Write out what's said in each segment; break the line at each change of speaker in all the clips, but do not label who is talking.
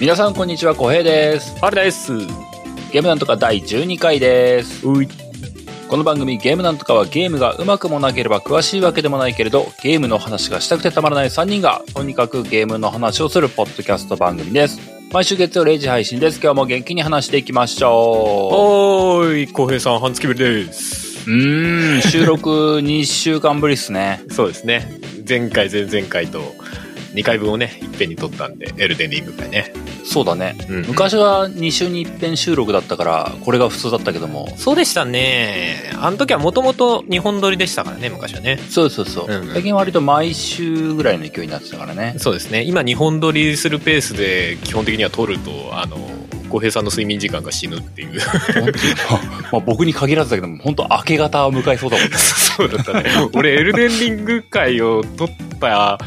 皆さんこんにちは、こへいです。
あれです。
ゲームなんとか第12回です。
うい。
この番組ゲームなんとかはゲームがうまくもなければ詳しいわけでもないけれど、ゲームの話がしたくてたまらない3人が、とにかくゲームの話をするポッドキャスト番組です。毎週月曜0時配信です。今日も元気に話していきましょ
おーい、浩平さん、半月ぶりです。
う。うーん、収録2週間ぶりっすね。
そうですね。前回、前々回と、2回分をね、いっぺんに撮ったんで、エルデンリング会ね。
そうだね。
うん
昔は2週に一遍収録だったから、これが普通だったけども。
そうでしたね。あの時はもともと日本撮りでしたからね、昔はね。
そうそうそう。
うんうん
最近割と毎週ぐらいの勢いになってたからね。
そうですね。今、日本撮りするペースで、基本的には撮ると、あの、浩平さんの睡眠時間が死ぬっていう。
本当にまあ僕に限らずだけども、本当明け方を迎えそうだもんね。
そうだったね。俺、エルデンリング会を撮った、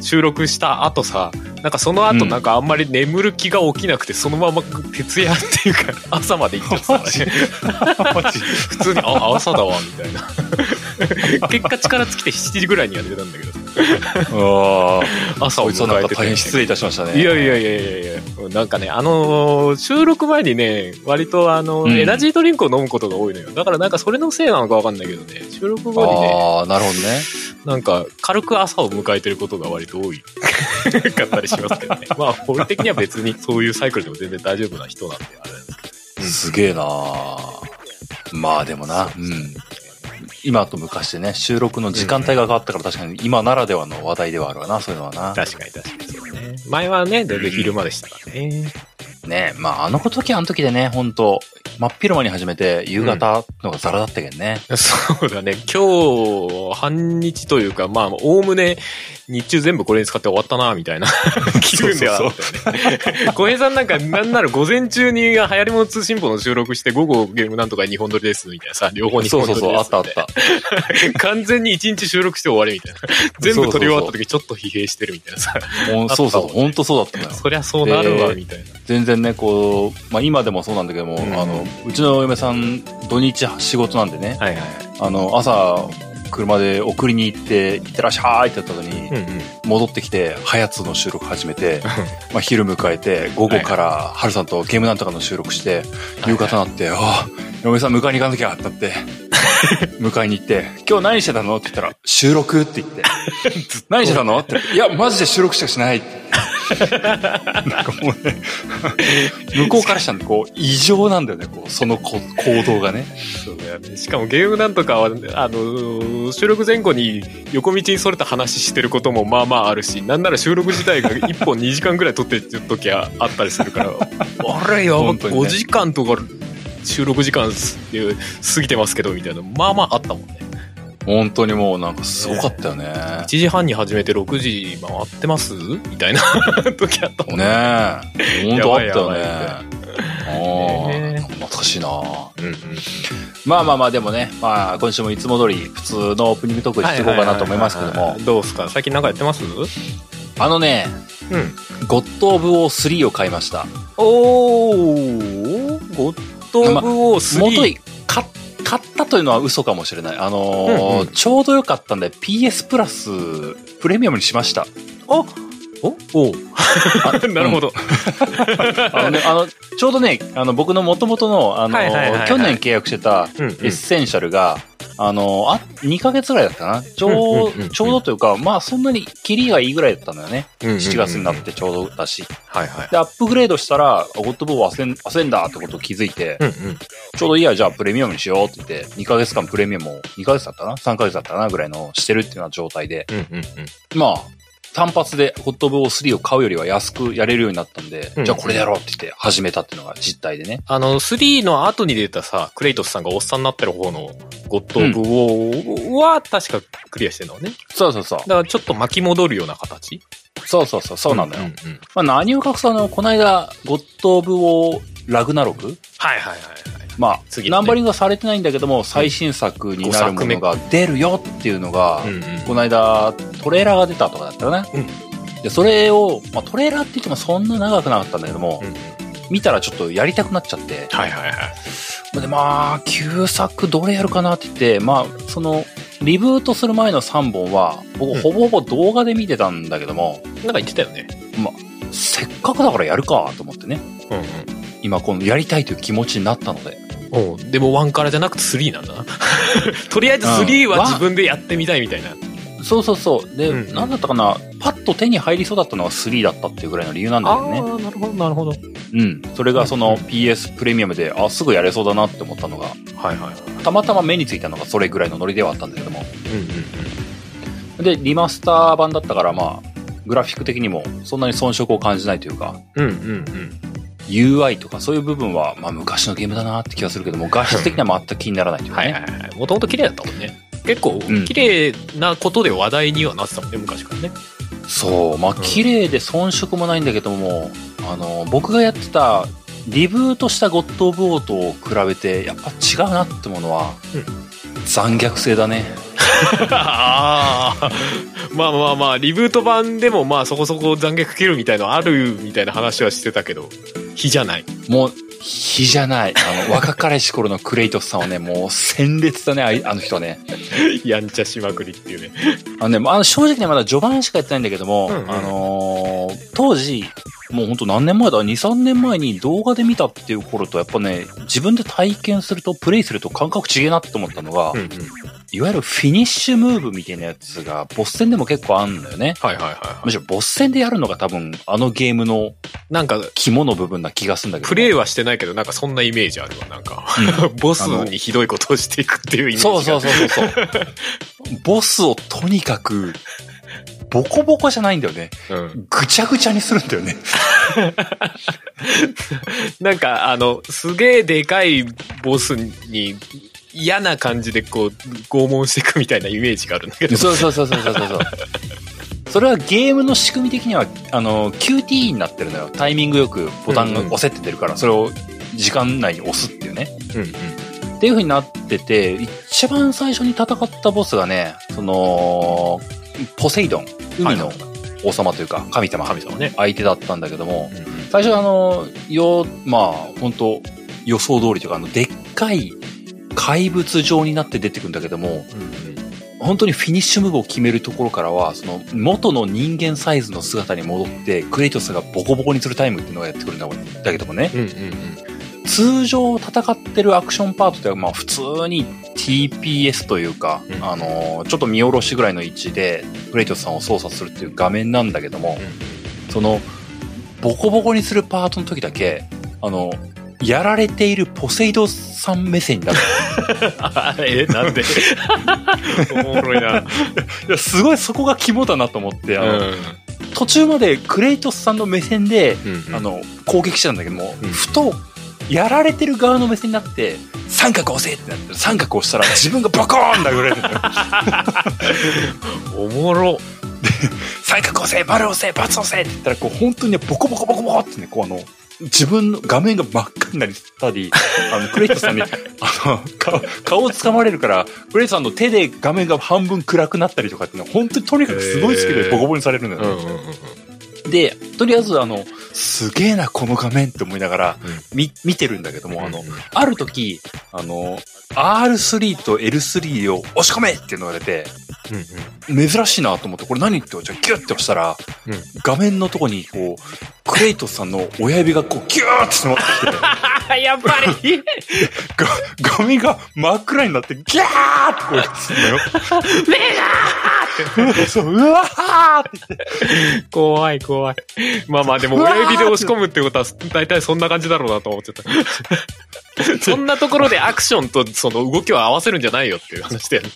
収録した後さ、なんかその後
うん
なんかあんまり眠る気が起きなくて、そのまま徹夜っていうか、朝まで行っちゃってたからね。普通に、あ、朝だわ、みたいな。結果力尽きて7時ぐらいには寝てたんだけど、
あ
朝を
こいつはな
迎
ん
え
か
て
大変失礼いたしましたね。
いやいやいやいやいや、なんかね、あのー収録前にね、割とあの、
うん
エナジードリンクを飲むことが多いのよ。だからなんかそれのせいなのかわかんないけどね、収録後にね、
ああ、なるほどね。
なんか、軽く朝を迎えてることが割と多いかったりしますけ どね。まあ、俺的には別にそういうサイクルでも全然大丈夫な人なんで、あれなんですけうん
すげえなまあでもな、うん。今と昔でね、収録の時間帯が変わったから確かに今ならではの話題ではあるわな、そういうのはな
ど。。確かに確かにそうね。前はね、全然昼間でしたからね。
ねまああの時はあの時でね、本当真っ昼間に始めて夕方のがザラだったけどね。
そうだね。今日、半日というか、まあ、おおむね、日中全部これに使って終わったな、みたいな気分ではあったよね。小平さんなんか、なんなら午前中に流行り物通信簿の収録して、午後ゲームなんとか日本撮りです、みたいなさ、両方日
そ
本
う
撮り
そ
で
う
す。
そう、あったあっ
みいな
た。
完全に一日収録して終わりみたいな。 全部撮り終わった時ちょっと疲弊してるみたいなさ。
ほんそうそうそう、本当そうだったのよ。
そりゃそうなるわ、
で
みたいな。
全然ね、こう、まあ今でもそうなんだけども、
うん
あの、うちのお嫁さん土日仕事なんでね、
はいはい。
あの、朝、車で送りに行って、行ってらっしゃいってやった後に、
うんうん。
戻ってきて、ハヤツの収録始めて、まあ昼迎えて、午後からハルさんとゲームなんとかの収録して、
はい
夕方になって、ああ、嫁さん迎えに行かなきゃってな って、迎えに行って、今日何してたのって言ったら、収録って 言って、何してたのって言って、いや、マジで収録しかしないって言っ て。なんかもうね、向こうからしたらこう、異常なんだよね、こう、そのこ行動がね。
そうだよね。しかもゲームなんとかは、あの、収録前後に横道にそれた話してることもまあまああるし、なんなら収録自体 が1本2時間ぐらい撮ってる時はあったりするから、 あれやば、
本当にね
5時間とか収録時間す過ぎてますけど、みたいな。まあまああったもんね。
本当にもうなんかすごかったよね。
1時半に始めて6時回ってますみたいな 時あったもん
ねえ。本
や
当あった
ばい
よね
やば。
あ
ねえ
あ、懐かしいな。
うんうん、
まあまあまあ、でもね、まあ今週もいつも通り普通のオープニングトークしていこうかなと思いますけど
はいは
も
いはいは、いどうですか最近なんかやってますう
あのね、
ん。
ゴッド・オブ・オー3を買いました。
おー、ゴッド・オブ・オー3。
もとい、か買ったというのは嘘かもしれない。あのー
うんうん
ちょうどよかったんで PS プラスプレミアムにしました。
あおおなるほど。
あのね、あの、ちょうどね、あの、僕の元々の、あのー
はいはいはいはい
去年契約してた
うん
エッセンシャルが、あの、あ、2ヶ月ぐらいだったかな。ちょ
うんうんうんう
う、
ん
ちょうどというか、まあそんなにキリがいいぐらいだったんだよね。
うん
7月になっ。てちょうどだし。
はいはい。
で、アップグレードしたら、ゴッドボーアセン、アセンダーってことを気づいて、
うんうん。
ちょうどいいや、じゃあプレミアムにしようって言って、2ヶ月間プレミアムを、2ヶ月だったかな ?3 ヶ月だったかなぐらいのしてるっていうような状態で、
うんうんうん。
まあ、単発でゴッドボー3を買うよりは安くやれるようになったんで、
うん
じゃあこれでやろうって言って始めたっていうのが実態でね。
あの、3の後に出たさ、クレイトスさんがおっさんになってる方のゴッド・オブ・オーは確かクリアしてるのね。
そうそうそう。
だからちょっと巻き戻るような形
そうそうそう、そうなのよ。
んうん
まあ何を隠すあの、この間、ゴッドオブをラグナロク
はいはいはいはい。
まあ、
次のね
ナンバリングはされてないんだけども、最新作になるものが出るよっていうのが、
うんうん
この間、トレーラーが出たとかだったよね。
うん
で、それを、まあ、トレーラーって言ってもそんな長くなかったんだけども、
うんうん
見たらちょっとやりたくなっちゃって、
はいはいはい。
で、まあ、旧作どれやるかなって言って、まあ、その、リブートする前の3本は、僕
うん
ほぼほぼ動画で見てたんだけども、
なんか言ってたよね。
せっかくだからやるかと思ってね。
うんうん。
今このやりたいという気持ちになったので。
おうでも1からじゃなくて3なんだな。 とりあえず3は自分でやってみたいみたいな。
そうそうそう。で、
うん
なんだったかな、パッと手に入りそうだったのは3だったっていうぐらいの理由なんだよね。
あー、なるほど、なるほど。
うん。それがそ
うん
の PS プレミアムで、あ、すぐやれそうだなって思ったのが、
はいはいはい。
たまたま目についたのがそれぐらいのノリではあったんだけども。
うんうん
で、リマスター版だったから、まあ、グラフィック的にもそんなに遜色を感じないというか、
うん。うんうんうん。
UI とかそういう部分は、まあ昔のゲームだなって気がするけども、画質的には全く気にならないというか
はいは
ね。
いはい。もともと綺麗だったもんね。結構
うん、
綺麗なことで話題にはなってたもんね、昔 からね。
そう、まあ
うん
綺麗で遜色もないんだけども、あの、僕がやってたリブートしたゴッド・オブ・オートを比べて、やっぱ違うなってものは、
うん
残虐性だね。
ああ。まあまあまあ、リブート版でもまあそこそこ残虐切るみたいのあるみたいな話はしてたけど、比じゃない。
もう、比じゃない。あ の、若彼氏頃のクレイトスさんはね、もう、鮮烈だね、あいあの人はね。
やんちゃしまくりっていうね。
あのね、まああの正直ね、まだ序盤しかやってないんだけども、
うんうん
あのー当時、もうほんと何年前だ ?2、3年前に動画で見たっていう頃と、やっぱね、自分で体験すると、プレイすると感覚違えなって思ったのが、
うんうん。
いわゆるフィニッシュムーブみたいなやつが、ボス戦でも結構あんのよね。
はいはいはいは
むしろボス戦でやるのが多分、あのゲームの
い。なんか、
肝の部分な気がするんだけど。
プレイはしてないけど、なんかそんなイメージあるわ、なんか。 ボスにひどいことをしていくっていうイメージ
そ
が。
うそうそうそうそう。ボスをとにかく、ボコボコじゃないんだよね。
うん。
ぐちゃぐちゃにするんだよね。
なんか、あの、すげえでかいボスに嫌な感じでこう、拷問していくみたいなイメージがあるんだけど。
そうそうそうそうそうそう。それはゲームの仕組み的には、あの、QT になってるのよ。タイミングよくボタンが押せって出るから、それを時間内に押すっていうね。
うんうん。
っていう風になってて、一番最初に戦ったボスがね、その、ポセイドン、海の王様というか、神様、
神様ね。
相手だったんだけども、
うんうん。
最初はあの、よ、まあ、本当予想通りというか、あの、でっかい怪物状になって出てくるんだけども、本当にフィニッシュムーブを決めるところからは、その、元の人間サイズの姿に戻って、クレイトスがボコボコにするタイムっていうのをやってくるんだだけどもね、
うんうんうん。
通常戦ってるアクションパートでは、まあ、普通に TPS というか、
うん
あの、ちょっと見下ろしぐらいの位置で、クレイトスさんを操作するっていう画面なんだけども、その、ボコボコにするパートの時だけ、あの、やられているポセイドさん目線になる。
あえ、なん でおもろいな。
いや、すごいそこが肝だなと思って、
う
あの、
ん。
途中までクレイトスさんの目線で、
うん
あ、の、攻撃してたんだけども、
うん
ふと、やられてる側の目線になって、三角押せってなって、三角押したら自分がボコーンだぐらいで
おもろ。
三角押せ丸押せバツ押せって言ったら、こう、本当にね、ボコボコボコボコってね、こうあの、自分の画面が真っ赤になったり、あの、クレイトス さんに、あの、顔、顔を掴まれるから、クレイトスさんの手で画面が半分暗くなったりとかっていうのは、本当にとにかくすごいスピードでボコボコにされるんだよね。
うんうん。
で、とりあえずあの、すげえな、この画面って思いながら、
う
み、見てるんだけども、あの
うんうん、
ある時、あの、R3 と L3 を押し込めっていうのが出て、
うんうん。
珍しいなと思って、これ何って、じゃあギュッて押したら、
うん
画面のとこに、こう、クレイトスさんの親指がこう、ギューって詰まってきて、
あ、 やっぱり
画画面 が真っ暗になって、ギャーってこうやってすんのよ。目がーそう、うわーって
怖い怖い。まあまあでも親指で押し込むってことは大体そんな感じだろうなと思っちゃ った。そんなところでアクションとその動きを合わせるんじゃないよっていう話だよね。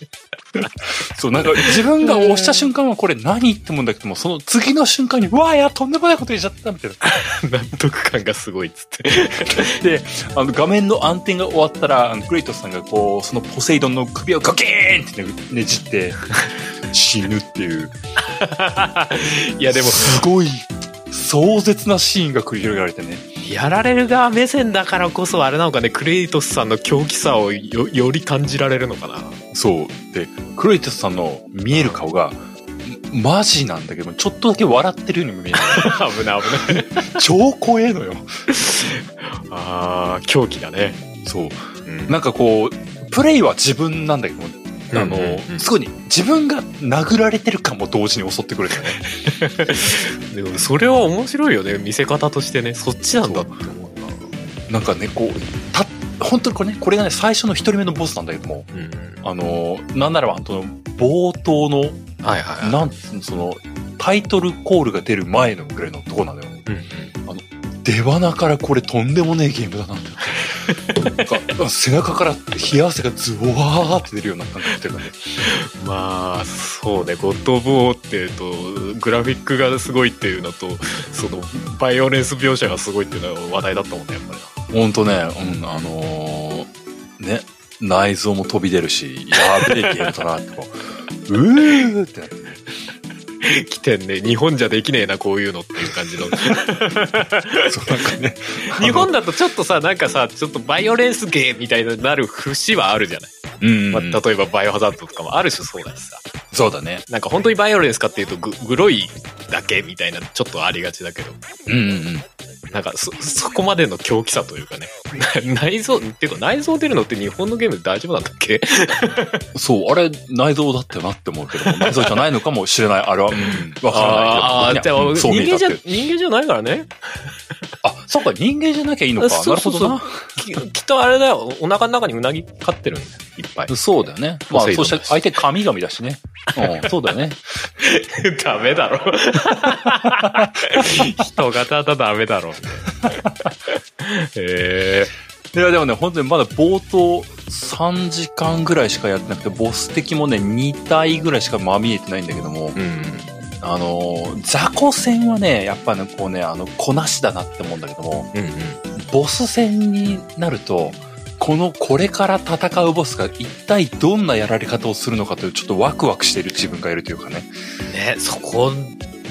そう、なんか自分が押した瞬間はこれ何って思うんだけども、その次の瞬間に、わあや、とんでもないこと言っちゃったみたいな。
納得感がすごいっつって。
で、あの、画面の暗転が終わったら、あのクレイトスさんがこう、そのポセイドンの首をガキーンってねねじって、死ぬっていう。
いやでも、
すごい、壮絶なシーンが繰り広げられてね。
やられる側目線だからこそあれなのかね、クレイトスさんの狂気さをよより感じられるのかな。
そう。で、クレイトスさんの見える顔が、マジなんだけども、ちょっとだけ笑ってるようにも見える。
危ない危 ない。
超怖えのよ。
ああ、狂気だね。
そう。
うん。
なんかこう、プレイは自分なんだけど、あの、
うんうんうん
すごいね自分が殴られてる感も同時に襲ってくるんだよね。
でもそれは面白いよね見せ方としてねそっちなんだって思う
な
な
んかね、こう、た、本当にこれね、これがね、最初の一人目のボスなんだけども、
うん
あのー、なんならば、あの、冒頭の、
はいはいはい
なんつうの、その、タイトルコールが出る前のぐらいのとこなのよ。
うんうん
出花からこれとんでもねえゲームだなって。 なんか背中から冷や汗がズワーって出るような感じというかね。
まあそうね「ゴッド・オブ・オー」っていうとグラフィックがすごいっていうのとそのバイオレンス描写がすごいっていうのが話題だったもんねやっぱり
ほんとね、うん、あのーね、内臓も飛び出るし、やべえゲームだなってこう、 うーってなって。
な来てんね日本じゃできねえなこういうのっていう 感じの
そうなんかね。
日本だとちょっとさなんかさちょっとバイオレンスゲーみたいになる節はあるじゃない、
うん、
まあ、例えばバイオハザードとかもある種そうだしさ
そうだね。
なんか本当にバイオレンスかっていうとググロいだけみたいなちょっとありがちだけど
うんうんうん。
なんかそ、そこまでの狂気さというかね。 内臓、っていうか内臓出るのって日本のゲーム大丈夫なんだっけ
そう、あれ、内臓だったよなって思うけど、内臓じゃないのかもしれない。あれは、うん、わから
あ
な
ー
いけ
あー、じ
ど。
ゃ
ね
あ
うん
人
そう見えたっ
間
て
じゃ、
いう。
人間じゃないからね。
あ、そうか、人間じゃなきゃいいのか。
そうそうそう
なるほ
ききっとあれだよ、お腹の中にうなぎ飼ってるんだよ、いっぱい
ど。な。そうだよね。まあ、
ポセイド
そ
ン
して相手神々だしね。うん、そうだよね。
ダメだ ろ。人型だダメだろ。へえ
いや、でもね、本当にまだ冒頭3時間ぐらいしかやってなくて、ボス敵もね、2体ぐらいしかまみえてないんだけども、
うん。
あのー、雑魚戦はね、やっぱね、こうね、あの、こなしだなって思うんだけども、
うんうん。
ボス戦になると、このこれから戦うボスが一体どんなやられ方をするのかというちょっとワクワクしている自分がいるというかね。
ね、そこ、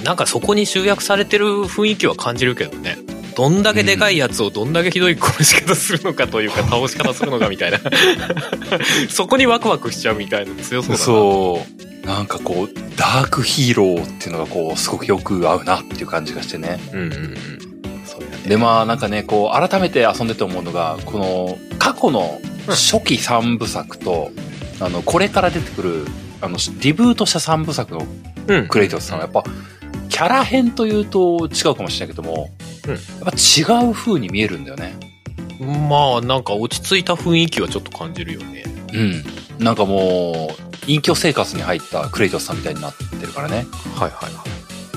なんかそこに集約されてる雰囲気は感じるけどね。どんだけでかいやつをどんだけひどい殺し方するのかというか、倒し方するのかみ たいな。そこにワクワクしちゃうみたいな強そうだな。
そう。なんかこう、ダークヒーローっていうのがこう、すごくよく合うなっていう感じがしてね。
う。うんうんうん。そうやね。
で、まあなんかね、こう、改めて遊んでて思うのが、この、過去の初期3部作と、あの、これから出てくる、あの、リブートした3部作の
うん。
クレイトスさんはやっぱ、キャラ編というと違うかもしれないけども、
うん
やっぱ違う風に見えるんだよね。
まあ、なんか落ち着いた雰囲気はちょっと感じるよね。
うん。なんかもう、隠居生活に入ったクレイトスさんみたいになってるからね。
はいはいは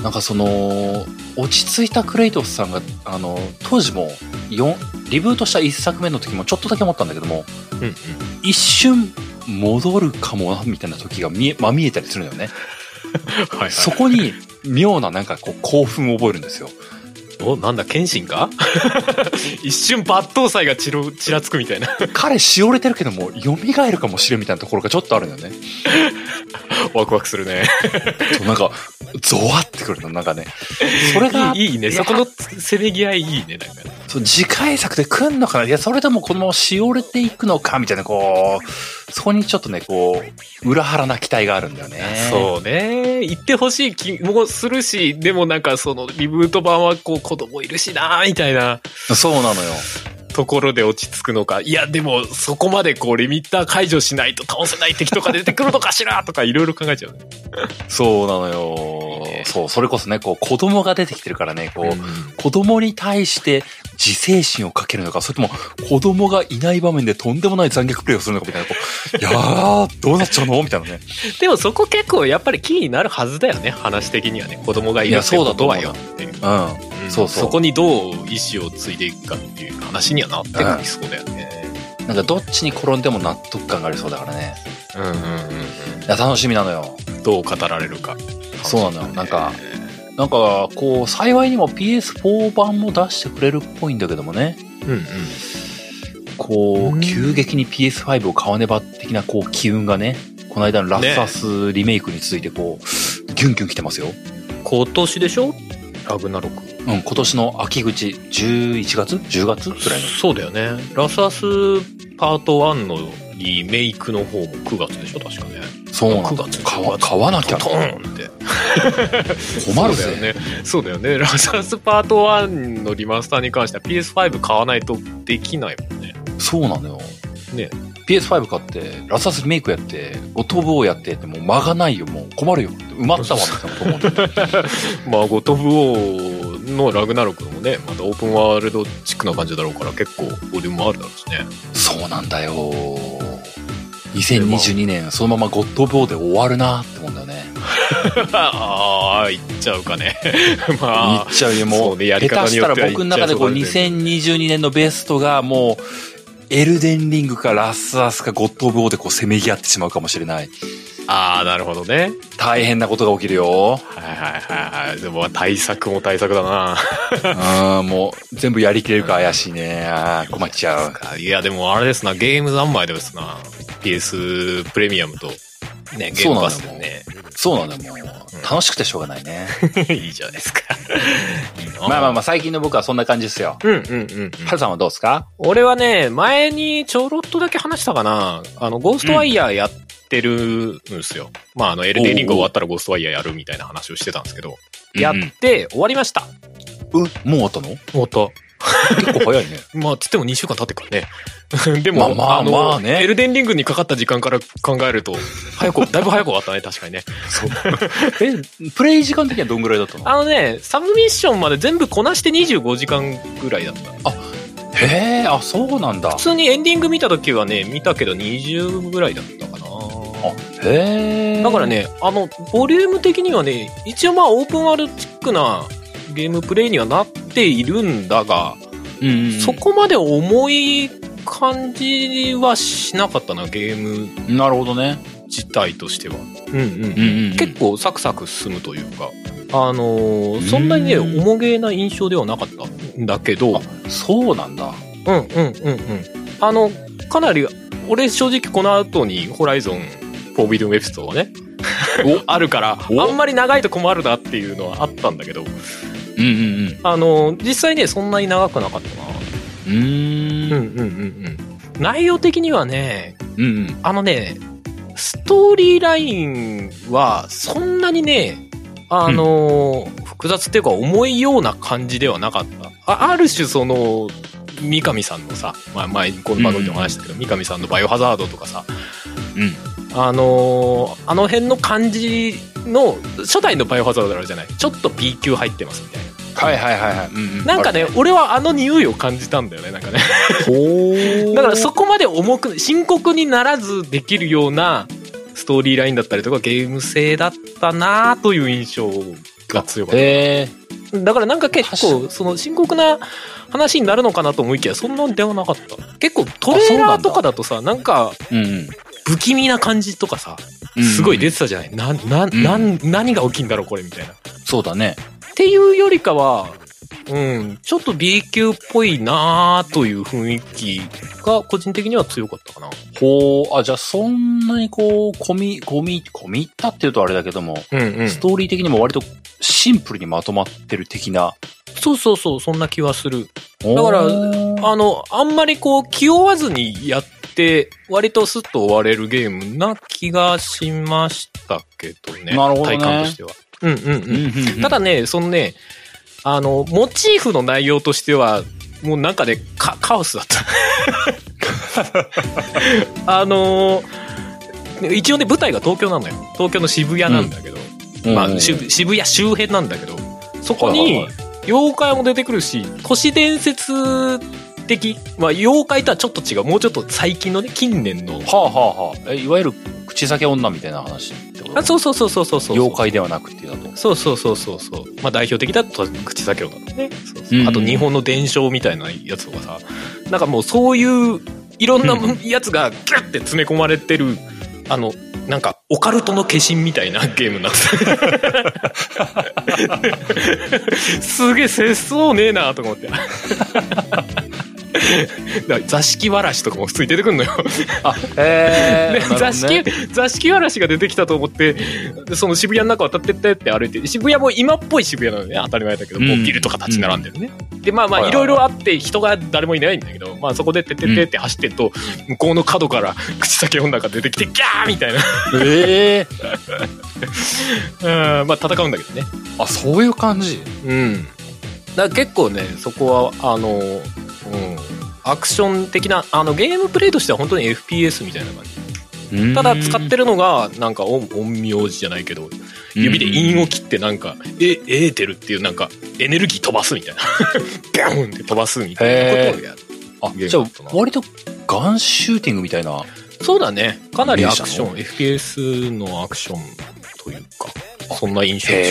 い。
なんかその、落ち着いたクレイトスさんが、あの、当時も、よんリブートした1作目の時もちょっとだけ思ったんだけども、
うんうん。
一瞬戻るかもな、みたいな時が見え、まあ見えたりするんだよね。
はいはい。
そこに、妙ななんかこう、興奮を覚えるんですよ。
お、なんだ、謙信か 一瞬抜刀斎がちろ、ちらつくみたいな。
彼しおれてるけども蘇るかもしれんみたいなところがちょっとあるんだよね。
ワクワクするね。
そうなんかゾワってくるのなんかね。それが
いいいいね。
いや
そこのせめぎ合いいいね、なんかね。
そう次回作で来んのかないやそれともこのまましおれていくのかみたいなこうそこにちょっとねこう裏腹な期待があるんだよね。
そうね。行ってほしい気もするし、でもなんかそのリブート版はこう子供いるしな、みたいな
うそうなのよ。
ところで落ち着くのか。いや、でもそこまでこうリミッター解除しないと倒せない敵とか出てくるのかしらとかいろいろ考えちゃうね。
そうなのよ。
いいね
そうそれこそねこう子供が出てきてるからねこう。子供に対して自制心をかけるのか、それとも子供がいない場面でとんでもない残虐プレイをするのかみたいな、こう、 いやー、どうなっちゃうのみたいなね。
でもそこ結構やっぱりキーになるはずだよね、話的にはね。子供がいるってことはい
や
よ
そ
っていう。
うん。
うん
そうそう
そこにどう意思を継いでいくかっていう話にはなってくりそうだよね。
なんかどっちに転んでも納得感がありそうだからね。
うんうん
いや、楽しみなのよ。
うん。どう語られるか。
そうなのよ。なんか、なんか、こう、幸いにも PS4 版も出してくれるっぽいんだけどもね。
うんうん。
こ
う
う、
ん
急激に PS5 を買わねば的な、こう、機運がね、この間のラッサスリメイクに続いて、こう、ギュンギュン来てますよ。
今年でしょラグナロク。
うん、今年の秋口、11月 ?10 月くらいの。
そうだよね。ラサスパート1のリメイクの方も9月でしょ確かね。
そうな
9
の。
月
買わ買わなきゃ
トーンって。
困る
そうだ
ぜ。
よね。そうだよね。ラサスパート1のリマスターに関しては PS5 買わないとできないもんね。
そうなのよ。
ね
PS5 買って、ラスアスリメイクやって、ゴッドオブウォーやってって、もう間がないよ、もう困るよ。埋まったわ、みたいなこと思うんだよ
まあ、ゴッドオブ・ウォーのラグナロクもね、またオープンワールドチックな感じだろうから、結構ボリュームもあるだろうしね。
そうなんだよ。2022年、そのままゴッドオブウォーで終わるなって思うんだよね。
ああ、いっちゃうかね。
言
まあ
っ、ちゃうよ、も。
そううね、やり
下
方
手
に
し
よ
たら
っては
僕の中でこう
言っちゃうとこ
2022年のベストがもう、エルデンリングかラスアスかゴッド・オブ・オーでこうせめぎ合ってしまうかもしれない。
ああ、なるほどね。
大変なことが起きるよ。
はいはいはいはい。でも、対策も対策だな。
うん、もう全部やりきれるか怪しいね。あー困っちゃう。
いや、でもあれですな、ゲーム三昧ですな。PS プレミアムと、ね、ゲームパスでね。
そうなんだよ、もう。楽しくてしょうがないね。
いいじゃないですか。いいな
まあまあまあ、最近の僕はそんな感じですよ。
うんうんうんうん。
ハルさんはどうですか
俺はね、前にちょろっとだけ話したかな。あの、ゴーストワイヤーやってるんですよ。まあ、あの、エルデンリング終わったらゴーストワイヤーやるみたいな話をしてたんですけど。やっ
うんうん
て、終わりました。
うん、もう終わったの
おっと。
結構早いね。
まあ、つっても2週間経ってから ね。でも、
まあまあ
の、
まあね
エルデンリングにかかった時間から考えると、早く、だいぶ早く終わったね、確かに ね。
え、プレイ時間的にはどんぐらいだったの
あのね、サブミッションまで全部こなして25時間ぐらいだった。
へえ、あ、そうなんだ
普。通にエンディング見た時はね、見たけど20ぐらいだったかな。
あ、へえ。
だから。ね、あの、ボリューム的にはね、一応まあオープンワールドチックなゲームプレイにはなっているんだが、
うんうんうん、
そこまで重い感じはしなかったな、ゲーム
なるほどね。
自体としては。うんうん
うんうんうん
結構サクサク進むというか、あのーそんなにね、
うん
重げな印象ではなかったんだけど、
そうなんだ。
うんうんうんうん。あの、かなり、俺正直この後にホライゾン、フォービドゥンウェブストがね、 あるから、
お
あんまり長いと困るなっていうのはあったんだけど、
うんうんうん。
あの、実際ね、そんなに長くなかったな。
うーん。
んうんうん。内容的にはね、
うんうん。
あのね、ストーリーラインはそんなにね、あの、複雑っていうか重いような感じではなかった。あある種その、三上さんのさ、まあ、前、この番組でも話したけど、三上さんのバイオハザードとかさ、
うん。
あのーあの辺の感じの、初代のバイオハザードあるじゃないちょっと B 級入ってますみたい
はいはいはいはい。うんうん、
な。なんかね、俺はあの匂いを感じたんだよね、なんかね。
ほー
だからそこまで重く、深刻にならずできるようなストーリーラインだったりとかゲーム性だったなという印象が強かっ
へえ。
た。だからなんか結構、その深刻な話になるのかなと思いきや、そんなんではなかった。結構トレーラーとかだとさ、なんか
うん
不気味な感じとかさ、
うん。
すごい
で
出てたじゃない、な、な、なん、何が起きんだろうこれみたいな。っ
そうだね。
ていうよりかは、うん、ちょっと B 級っぽいなーという雰囲気が個人的には強かったかな。
ほう、あ、じゃあそんなにこう、込み、込み、込み入ったっていうとあれだけども、
うんうん
ストーリー的にも割とシンプルにまとまってる的な。
そうそうそう、そんな気はする。
だ
から
あ
あの、あんまりこう、気負わずにやって、割とスッと終われるゲームな気がしましたけどね。
なるほどね
体感としては。うんうんうん。
だ、
ただね、そのね、あの、モチーフの内容としては、もうなんかね、カカオスだった。 あのー一応ね、舞台が東京なのよ。東京の渋谷なんだけど、まあ、しゅ渋谷周辺なんだけど、そこ
はいはい
に
はい
妖怪も出てくるし、都市伝説的、まあ、妖怪とはちょっと違う、もうちょっと最近のね、近年の。
はあはあはあ。え、いわゆる口裂け女みたいな話ってこと
あそうそうそうそうそうそう。
妖怪ではなくてだと。
そうそうそうそうそう。まあ代表的だと口先ほどね。そうそう
うんうん
あと日本の伝承みたいなやつとかさ。なんかもうそういういろんな
うんう
やつがギュッて詰め込まれてる、あの、なんかオカルトの化身みたいな ゲームになってた。すげえ節操ねえなとか 思って。だから座敷わらしとかも普通に出てくんのよ。
あ、へ
で座敷、座敷わらしが出てきたと思って、でその渋谷の中渡ってってって歩いて、渋谷も今っぽい渋谷なのね、当たり前だけど、もうビルとか立ち並んでるね。で、まあま
は
あ、
い
い
はいは
ろ
い
いろあって、人が誰もいないんだけど、まあそこでてってってって走ってると、向こうの角から口先女が出てきて、ギャーみたいな。
ええ
うん、まあ戦うんだけどね。
あ、そういう感じ
うん。だから結構ね、そこは、あの、うん、アクション的なあのゲームプレイとしては本当に FPS みたいな感じ
うん
ただ使ってるのがなんか音音名字じゃないけど指で韻を切ってなんか「えエーテル」っていうなんかエネルギー飛ばすみたいな ビャンって飛ばすみたいなことをやる
あ、
ゲ
じ
ー
ゃ
ム
あ
だったな、
割とガンシューティングみたいな。
そうだねかなりアクション
ミ
FPS のアクションというかそんな印象に近い
へ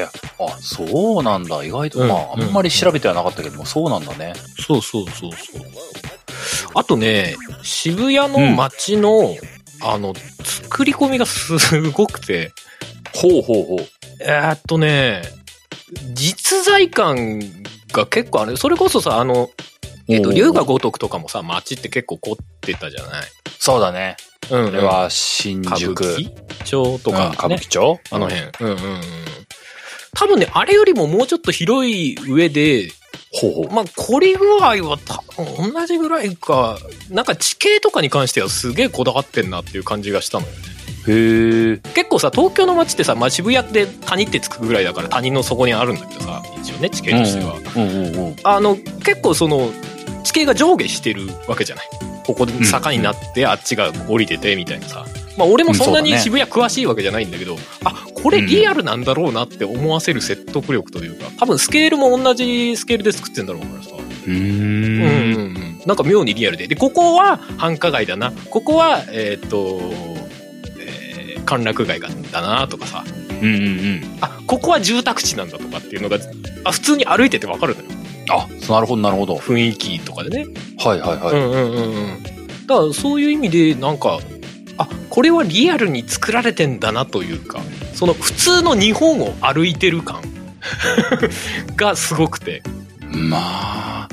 え。あ、そうなんだ。意外と、
うん
まあ、あ
うん
んまり調べてはなかったけども、そうなんだね。
そうそうそうそうあとね渋谷の街の、あの作り込みがすごくて
ほうほうほう。
えーっとね、実在感が結構ある。それこそさ、あの、えっと、
おー
龍が如くとかもさ、街って結構凝ってたじゃない
そうだね。
うん、
これ、は新
歌舞
宿。
伎町と
うん
か、
歌舞
ね、
伎町
あの。辺。うんうんうん。多分ね、あれよりももうちょっと広い上で、
ほうほう。
まあ、凝り具合は多分同じぐらいか、なんか地形とかに関してはすげえこだわってんなっていう感じがしたのよね。
へえ。
結構さ、東京の街ってさ、まあ、渋谷って谷ってつくぐらいだから谷の底にあるんだけどさ、一応ね、地形としては。
うんうんうん。
あの、結構その、地形が上下してるわけじゃない。ここで坂になって、あっちが降りてて、みたいなさ。まあ俺もそんな
うんそうだ
に
ね
渋谷詳しいわけじゃないんだけど、あ、これリアルなんだろうなって思わせる説得力というか、多分スケールも同じスケールで作ってんだろうからさ。
う
うん
ん。
うんうんなんか妙にリアルで。で、ここは繁華街だな。ここは、えーっと、えー歓楽街だなとかさ。
うんうんうん。
あ、ここは住宅地なんだとかっていうのが、あ、普通に歩いててわかるのよ。
あ、なるほどなるほど。
雰囲気とかでね。
はいはいは
う
い。
んうんうんうんだからそういう意味でなんかあこれはリアルに作られてんだなというかその普通の日本を歩いてる感 がすごくて
まあ、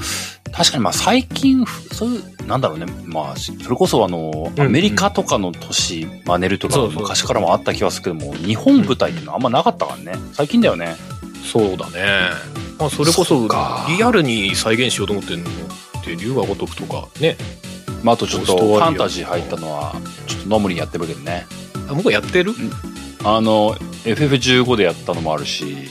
確かにまあ最近、ふそういう、なんだろうね。まあ、それこそあの、
うん
アメリカとかの都市、真似るとか
そうそう
昔からもあった気がするけども、日本舞台っていうのはあんまなかったからね。最近だよね。
そうだね、まあ、それ
そ
こそ
っか
リアルに再現しようと思ってんのって龍が如くとかね
まああとちょっと
オースト
フ
ラリア
ァンタジー入ったのは、ちょっとノムリンやってるけどね。
あ僕はやってる
あの、FF15 でやったのもあるし、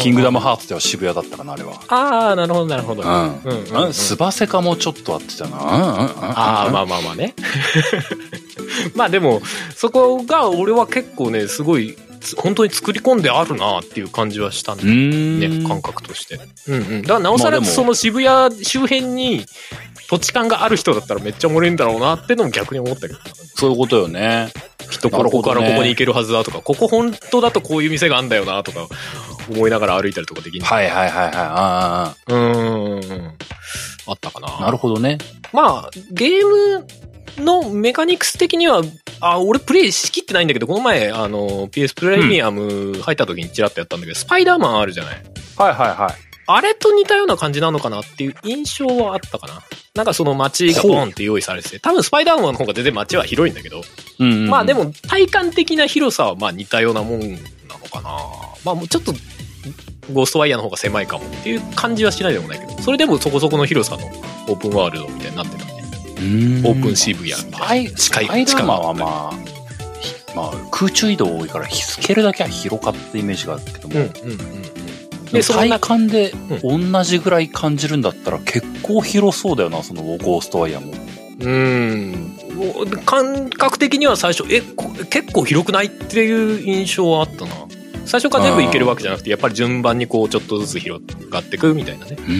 キングダムハーツでは渋谷だったかな、あれは。
ああなるほどなるほど、
うん
うんうんうん
うん、スバセカもちょっとあってたな。うんうんうん。
ああまあまあまあね まあでもそこが俺は結構ねすごいつ本当に作り込んであるなっていう感じはしたん
う
だよね
ーん。
感覚としてうんうんだからなおさ
まあ
ら
でも
その渋谷周辺に土地勘がある人だったらめっちゃおもろいんだろうなってのも逆に思ったけど
そういうことよね。
きっとこれ
なるほ
こ
ど
こ
ね
からここに行けるはずだとか、ここ本当だとこういう店があんだよなとか思いながら歩いたりとかできる
はいはいはいはい。あ
うーんあったか
あ、なるほどね。
まあ、ゲームのメカニクス的には、あ、俺プレイしきってないんだけど、この前、あの、PS プレミアム入った時にチラッとやったんだけど、スパイダーマンあるじゃない
はいはいはい。
あれと似たような感じなのかなっていう印象はあったかな。なんかその街がボンって用意されてて、多分スパイダーマンの方が全然街は広いんだけど、
うんうんうん
まあで、も体感的な広さはまあ似たようなもんなのかな。まあもうちょっと、ゴーストワイヤーの方が狭いかもっていう感じはしないでもないけど、それでもそこそこの広さのオープンワールドみたいになってたね。
オー
オープン渋谷
ス
み
パ
たい
イ
な。
スパイダーマンはまあ、ひまあ、空中移動多いから、スケールだけは広かったイメージがあるけども、
うんうんうんうん。で、その
体
中、
感で同じぐらい感じるんだったら結構広そうだよな、そのゴーストワイヤーも。
うん。感覚的には最初、え、こ結構広くないっていう印象はあったな。最初から全部いけるわけじゃなくて、やっぱり順番にこう、ちょっとずつ広がっていくみたいなね、
う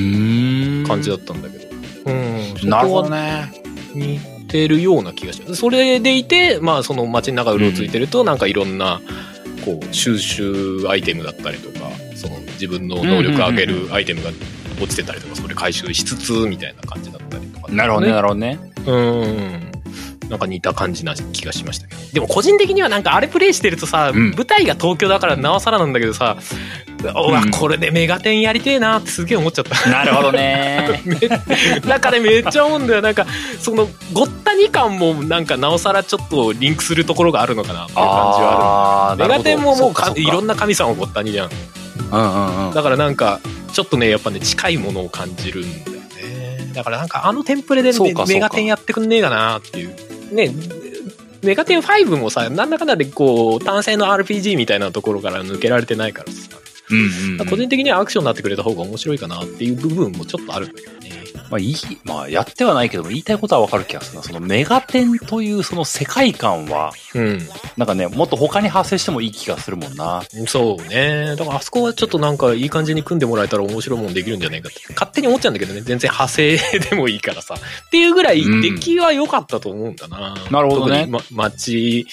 ん
感じだ
っ
ったんだけど。うん。
なるほど
ね。
ね。
似てるような気がします。それでいて、まあ、その街の中うろついてると、なんかいろんな、こう、収集アイテムだったりとか、その自分の能力上げ
うんうんう
るアイテムが落ちてたりとか、それ回収しつつ、みたいな感じだったりとか、
なるほどね、なるほどね。
うん。なんか似た感じな気がしましたけど。でも個人的にはなんかあれプレイしてるとさ、
うん
舞台が東京だからなおさらなんだけどさ、うわ、
うん
これでメガテンやりてえなってすげえ思っちゃった。
なるほどね。
なんかね、めっちゃ思うんだよ。なんか、その、ごったに感もなんかなおさらちょっとリンクするところがあるのかなっていう感じはある。
ああ、
メガテンももうかいろ
ん
んな神様をごったにじゃん。
な。うんうんうん。
だからなんか、ちょっとね、やっぱね、近いものを感じるんだよね。だからなんか、あのテンプレで
そう
メ
かそうか
メガテンやってくんねえかなっていう。ね、メガテン5もさ、なんだかんだでこう、単性の RPG みたいなところから抜けられてないからさ、
うんうんうん
個人的にはアクションになってくれた方が面白いかなっていう部分もちょっとあるんだけどね。
まあ、いい、まあ、やってはないけども、言いたいことはわかる気がするな。そのメガテンというその世界観は、
う
なんかね、もっと他に派生してもいい気がするもんな。
ん。そうね。だからあそこはちょっとなんかいい感じに組んでもらえたら面白いもんできるんじゃないかって。勝手に思っちゃうんだけどね。全然派生でもいいからさ。っていうぐらい
うん
出来は良かったと思うんだな。
なるほどね
特にま、街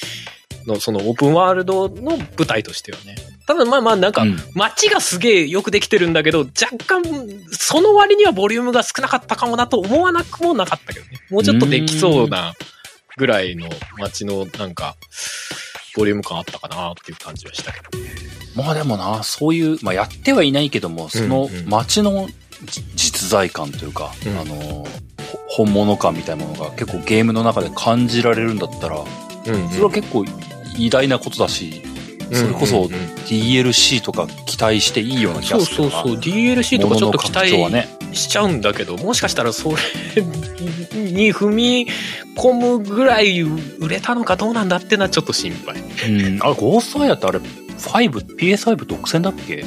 のそのオープンワールドの舞台としてはね。ただまあまあなんか、
うん
街がすげえよくできてるんだけど、若干、その割にはボリュームが少なかったかもなと思わなくもなかったけどね。もうちょっとできそうなぐらいの街のなんか、ボリューム感あったかなっていう感じはしたけどね。
まあでもな、そういう、まあやってはいないけども、その
うんうん
街のじ実在感というか、
うん
あのー、ほ本物感みたいなものが結構ゲームの中で感じられるんだったら、
うん、
それは結構偉大なことだし、それこそ
うんうんうん
DLC とか期待していいような気
そ
が
う
するな。
そうそう。DLC とかちょっと
も
期
のの拡張は
待
ね。
しちゃうんだけど、もしかしたらそれに踏み込むぐらい売れたのかどうなんだってのはちょっと心配。
うん、あれ、ゴーストファイアってあれ、5、PS5 独占だっけ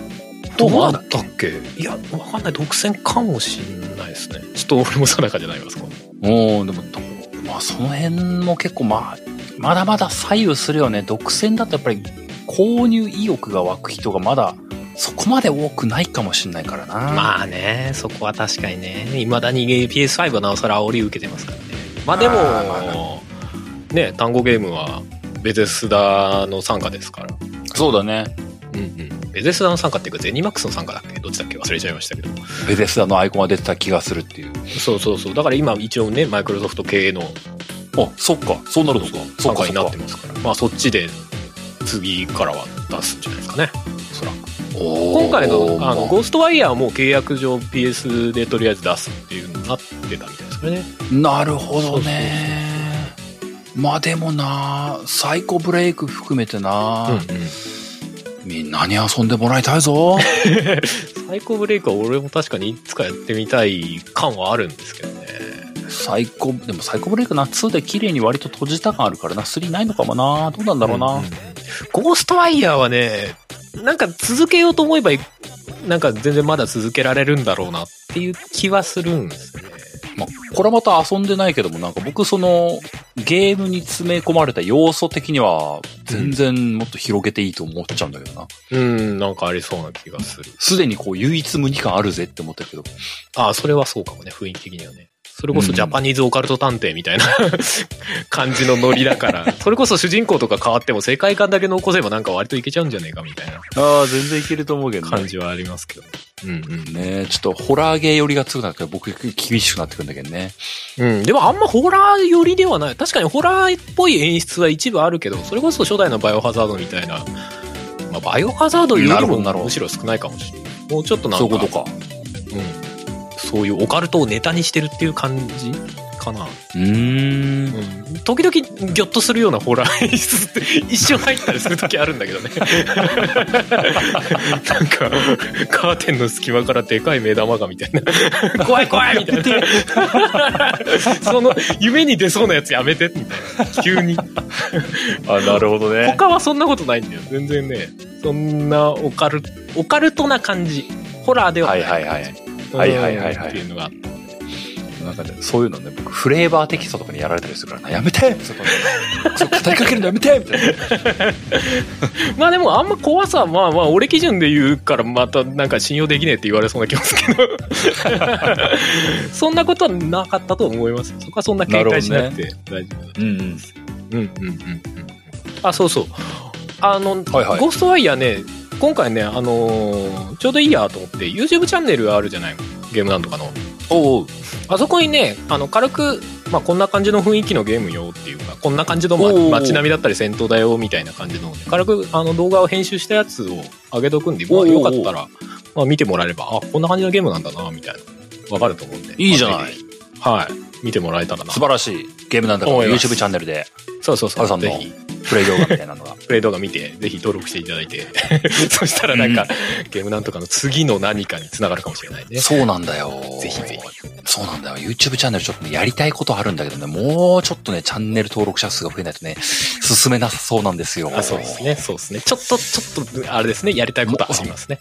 どうなん
な
だっけいや、わかんない。独占かもしんないですね。ちょっと俺も定かじゃないわ、そこ。
おーでもど、まあ、その辺も結構、まあ、まだまだ左右するよね。独占だとやっぱり、購入意欲が湧く人がまだ、そこまで多くないかもしれないからな。あ、
まあね、そこは確かにね。未だに PS5 はなおさら煽り受けてますからね。まあでも、
あーまあま
ね、単語ゲームはベゼスダの傘下ですから。
そうだね。
うんうん。ベゼスダの傘下っていうか、ゼニマックスの傘下だっけどっちだっけ忘れちゃいましたけど。
ベゼスダのアイコンが出てた気がするっていう。
そうそうそう。だから今一応ね、マイクロソフト系の
あ、そっか。そうなるのか。そ
傘
っか、
下にな
そ
っ
ってか。
ますから。まあそっちで次からは出すんじゃないですかね。おそらく。
おー
今回のあの
ま
ゴーストワイヤーも契約上 PS でとりあえず出すっていうのになってたみたいですからね。
あなるほどね。まあでもな、サイコブレイク含めてな、
うん
みんなに遊んでもらいたいぞ。
うん。サイコブレイクは俺も確かにいつかやってみたい感はあるんですけどね。
サイコ、でもサイコブレイクな、2で綺麗に割と閉じた感あるからな、3ないのかもな、どうなんだろうな。
んんんゴーストワイヤーはね、なんか続けようと思えば、なんか全然まだ続けられるんだろうなっていう気はするんですよね。
まあ、これはまた遊んでないけども、なんか僕その、ゲームに詰め込まれた要素的には、全然もっと広げていいと思っちゃうんだけどな。
うん、なんかありそうな気がする。
すでにこう、唯一無二感あるぜって思ったけど。
ああ、それはそうかもね、雰囲気的にはね。それこそジャパニーズオカルト探偵みたいな 感じのノリだから、それこそ主人公とか変わっても世界観だけ残せばなんか割といけちゃうんじゃねえかみたいな
ああ、全然いけると思うけど
感じはありますけど。うんう
ね
ん。
えちょっとホラーゲー寄りが強くなって、僕厳しくなってくるんだけどね。
うん、でもあんまホラー寄りではない。確かにホラーっぽい演出は一部あるけど、それこそ初代のバイオハザードみたいな、まあ、バイオハザードよ
な
り
るほ
も
どなるほど
むしろ少ないかもしれない。もうちょっとなんか、
そういうことか。
うん、そういうオカルトをネタにしてるっていう感じかな。
うーん。
うん時々ギョッとするようなホラー演出って 一瞬入ったりする時あるんだけ どねなんかカーテンの隙間からでかい目玉がみたいな怖い怖いみたいな その夢に出そうなやつやめてみたいな急に
あ、なるほどね。
他はそんなことないんだよ全然ねそんなオカルオカルトな感じホラーでは
は
ないい
はいはい。はいはいはいはい
っていうのが
なんかね、そういうのね、僕、フレーバーテキストとかにやられたりするからな、やめてそこでそう語りかけるのやめてみたいな。
まあでもあんま怖さはまあまあ俺基準で言うからまたなんか信用できねえって言われそうな気もす るけどそんなことはなかったと思いますそこはそんな警戒しなくて大丈夫だ、
うんうん。
うんうんうんうんあそうそうあの、
はいはい
ゴーストワイヤーね今回ねあのーちょうどいいやと思って YouTube チャンネルあるじゃないゲームなんとかの
おう
あそこにねあの軽く、まあ、こんな感じの雰囲気のゲームよっていうかこんな感じの、ま
おー
街並みだったり戦闘だよみたいな感じの軽くあの動画を編集したやつを上げとくんで、ま
お
あ、
ー
よかったら、まあ、見てもらえればあこんな感じのゲームなんだなみたいなわかると思うんで
いいじゃない。
はい見てもらえたらな
素晴らしいゲームなんだから、
思います
YouTube チャンネルで、
そうそうそ
ハルさ
うん
の
ぜひ
プレイ動画みたいなのが。
プレイ動画見て、ぜひ登録していただいて、 そしたらなんか、ゲームなんとかの次の何かにつながるかもしれないね。
そうなんだよ。
ぜひぜひ。
そうなんだよ。YouTube チャンネルちょっとね、やりたいことあるんだけどね、もうちょっとね、チャンネル登録者数が増えないとね、進めなさそうなんですよ。
あ、そうですね。そうですね。ちょっと、ちょっと、あれですね、やりたいことはあり ますね。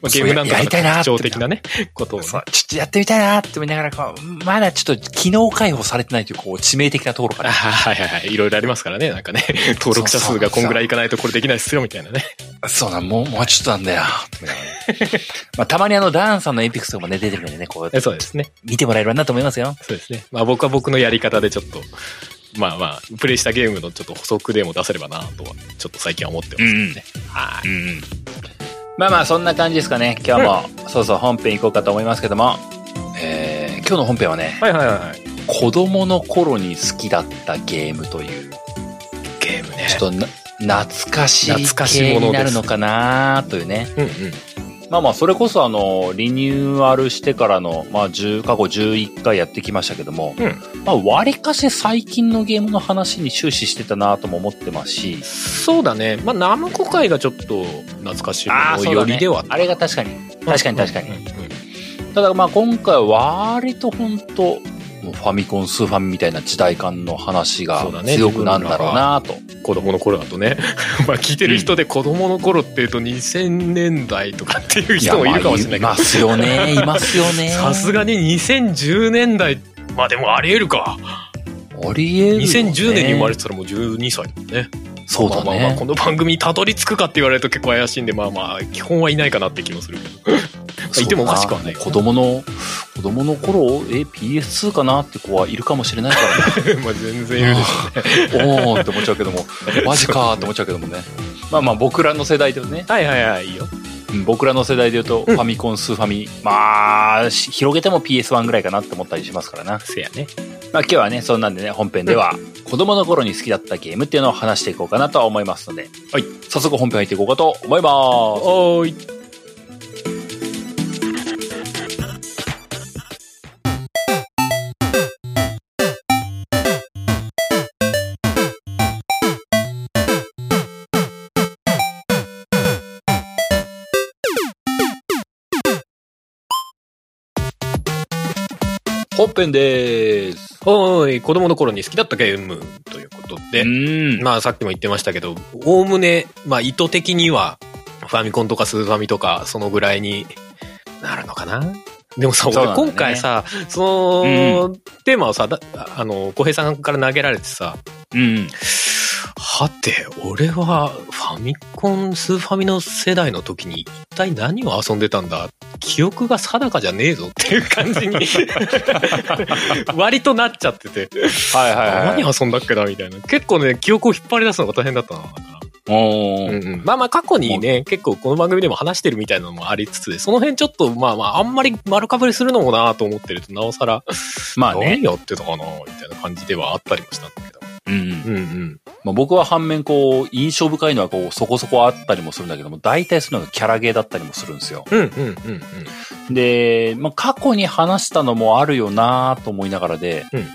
まあゲームなんとかの特徴的なね、ことをね、
そう、ちょっとやってみたいなって思いながら、こうまだちょっと機能解放されてないという、こう、致命的なところか
あ
ら。
はいはいはい。いろいろありますからね。なんか ね、登録者数がこんぐらいいかないとこれできないっすよ、みたいなね。
そうなん、もう、もうちょっとなんだよ。 って思いながらねまあ、たまにあの、ダンさんのエピクスとかもね、出てるのでね、こう、
そうですね。
見てもらえればなと思いますよ。
そうですね。まあ僕は僕のやり方でちょっと、まあまあ、プレイしたゲームのちょっと補足でも出せればなとは、ちょっと最近は思ってますけどね。はい。
うん。まあまあ、そんな感じですかね。今日も、そうそう、本編行こうかと思いますけども。えー、今日の本編はね、
はいはいはい。
子供の頃に好きだったゲームという、
ゲームね
ちょっとな、懐かしい
懐かしい
系
ものです
になるのかなというね。
うんうん。
まあまあ、それこそあの、リニューアルしてからの、まあ、10過去11回やってきましたけども、
うん
まあ、割かし最近のゲームの話に終始してたなとも思ってますし、
そうだね。まあ、ナムコ界がちょっと懐かしいも
ああ、
の
そう
よ
だ
り
ね
では。。
あれが確かに。確かに確かに
うんうんうん
ただまあ今回は割と本当もうファミコン、スーファミみたいな時代感の話が
そうだね
強くなんだろうなと。
子供の頃だとね まあ聞いてる人で子供の頃っていうと2000年代とかっていう人もいるかもしれないけ
や
ど
まあいますよね。いますよ ね。
さすがに2010年代まあでもあり得るか
ありえる、ね。
2010年に生まれてたらもう12歳だもんね
そうだね。
まあまあまあこの番組にたどり着くかって言われると結構怪しいんでまあまあ基本はいないかなって気もする けどいてもおかしくはないよ
子供の、子供の頃、え、PS2 かなって子はいるかもしれないからね。
まあ全然いるでしょうね
おーって思っちゃう けども、マジかーって思っちゃうけどもね。まあまあ僕らの世代でね、
はいはいはいいいよ
うん僕らの世代で言うと、ファミコン、スーファミ、まあ、し広げても PS1 ぐらいかなって思ったりしますからな。
せやね
まあ、今日はね、そんなんでね、本編では、子供の頃に好きだったゲームっていうのを話していこうかなとは思いますので、
はい。
早速本編入っていこうかと思います。
おーい
本編でーす。
おーい子供の頃に好きだったゲームということで
ん。
まあさっきも言ってましたけど、おおむね、まあ意図的には、ファミコンとかスーファミとか、そのぐらいになるのかなでもさ、
そう
俺
なんだね
今回さ、その、テーマをさ、だあの、小平さんから投げられてさ、
うん。
はて、俺はファミコン、スーファミの世代の時に一体何を遊んでたんだ記憶が定かじゃねえぞっていう感じに 割となっちゃってて、
はいはい
何
はい。
遊んだっけなみたいな。結構ね、記憶を引っ張り出すのが大変だったな。
お
う
ー
んうんまあまあ過去にね、結構この番組でも話してるみたいなのもありつつで、その辺ちょっとまあまああんまり丸かぶりするのもなと思ってると、なおさら、
まあね
何。やってたかなみたいな感じではあったりもしたんだけど。
うん。
うんうん。
まあ、僕は反面こう、印象深いのはこう、そこそこあったりもするんだけども、大体そういうのがキャラゲーだったりもするんですよ。
うんうんうんうん。
で、まあ、過去に話したのもあるよなーと思いながらで、
うんうん。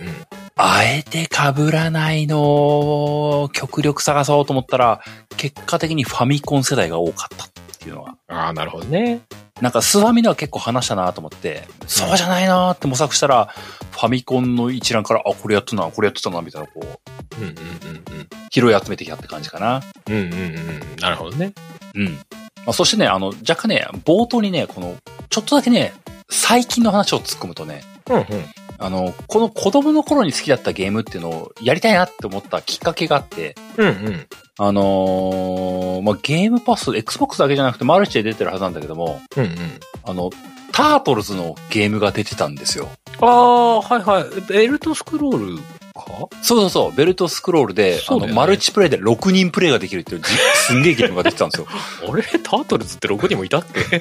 あえて被らないのを極力探そうと思ったら、結果的にファミコン世代が多かったっていうのは。
ああ、なるほどね。
なんかスーファミのは結構話したなと思って、そうじゃないなって模索したら、ファミコンの一覧から、あ、これやってたな、これやってたな、みたいな、こう、
うんうん
拾い集めてきたって感じかな。
うんうん。うんうんうん。なるほどね。
うん。まあ、そしてね、あの、若干ね、冒頭にね、この、ちょっとだけね、最近の話を突っ込むとね、
うんうん。
あの、この子供の頃に好きだったゲームっていうのをやりたいなって思ったきっかけがあって、
うんうん。
あのーまあ、ゲームパス、Xbox だけじゃなくてマルチで出てるはずなんだけども、
うんうん。
あの、タートルズのゲームが出てたんですよ。
ああ、はいはい。ベルトスクロールか
そうそうそう、ベルトスクロールで、
そ
あ
うだ
の、
よね
マルチプレイで6人プレイができるっていうじ、 すんげえゲームが出てたんですよ。
あれタートルズって6人もいたっけ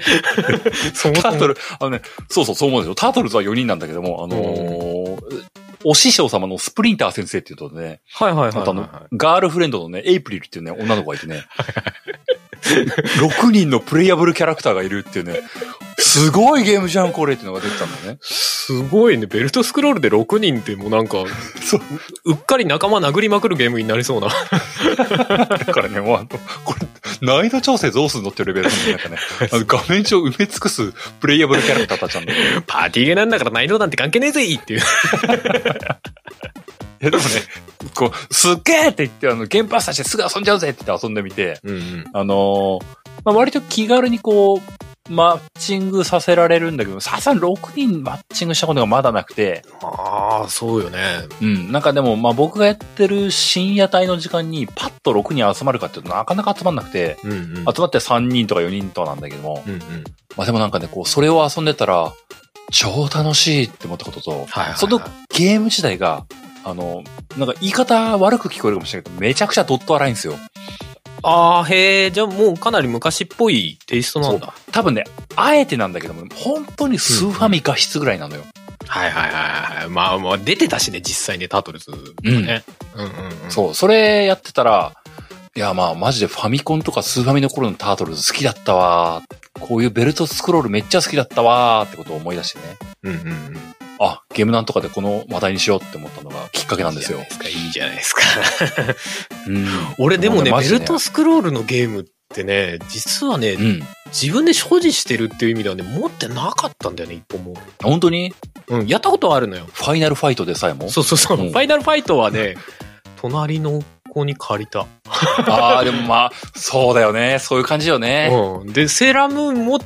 そも
タート
そも。
ル、あのね、そうそう、そう思うんですよ。タートルズは4人なんだけども、あのーお師匠様のスプリンター先生っていうとね、
はいはいはい
あとあ
はい
の
は、
ガールフレンドのね、エイプリルっていうね、 女の子がいてね、6人のプレイヤブルキャラクターがいるっていうね、すすごいゲームじゃん、これってのが出てたんだね。
すごいね。ベルトスクロールで6人ってもう なんか、
そう。
うっかり仲間殴りまくるゲームになり そうな。
だからね、もうあの、これ、難易度調整どうすんのっていうレベルなんかね、あの画面上埋め尽くすプレイヤブルキャラクターたちなんだけど。い
パーティーゲーなんだから難易度なんて関係ねえぜっていう。
や、でもね、こう、すっげえって言って、あの、ゲームパス出してすぐ遊んじゃうぜって言って遊んでみて、
うんうん。
あのーまあ、割と気軽にこう、マッチングさせられるんだけど、さすがに6人マッチングしたことがまだなくて、
ああ、そうよね。
うん、なんかでも、まあ僕がやってる深夜帯の時間にパッと6人集まるかっていうとなかなか集まんなくて、
うんうん。
集まって3人とか4人とかなんだけども、
うんうん。
まあでもなんかね、こう、それを遊んでたら、超楽しいって思ったことと、
はいはいはい
そのゲーム自体が、あの、なんか言い方悪く聞こえるかもしれないけど、めちゃくちゃドット荒いんですよ。
ああ、へえ、じゃあもうかなり昔っぽいテイストなんだ。
多分ね、あえてなんだけども、本当にスーファミ画質ぐらいなのよ。
はいはいはいはい。まあまあ、出てたしね、実際ね、タートルズ、ね。うんうんうん。
そう、それやってたら、いや、まあ、マジでファミコンとかスーファミの頃のタートルズ好きだったわー。こういうベルトスクロールめっちゃ好きだったわーってことを思い出してね。
うんうんうん。
あ、ゲームなんとかでこの話題にしようって思ったのがきっかけなんですよ。
いいじゃないですか。いいじゃないですか。
うん。
俺でもね、
マ
ベ
ジで
ルトスクロールのゲームってね、実はね、
うん。
自分で所持してるっていう意味ではね、持ってなかったんだよね、一本も。
本当に
うん、やったことはあるのよ。
ファイナルファイトでさえも
そうそうそう。
うん
ファイナルファイトはね、隣の子に借りた。
ああ、でもまあ、そうだよね。そういう感じよね。
うん。で、セーラームーンも、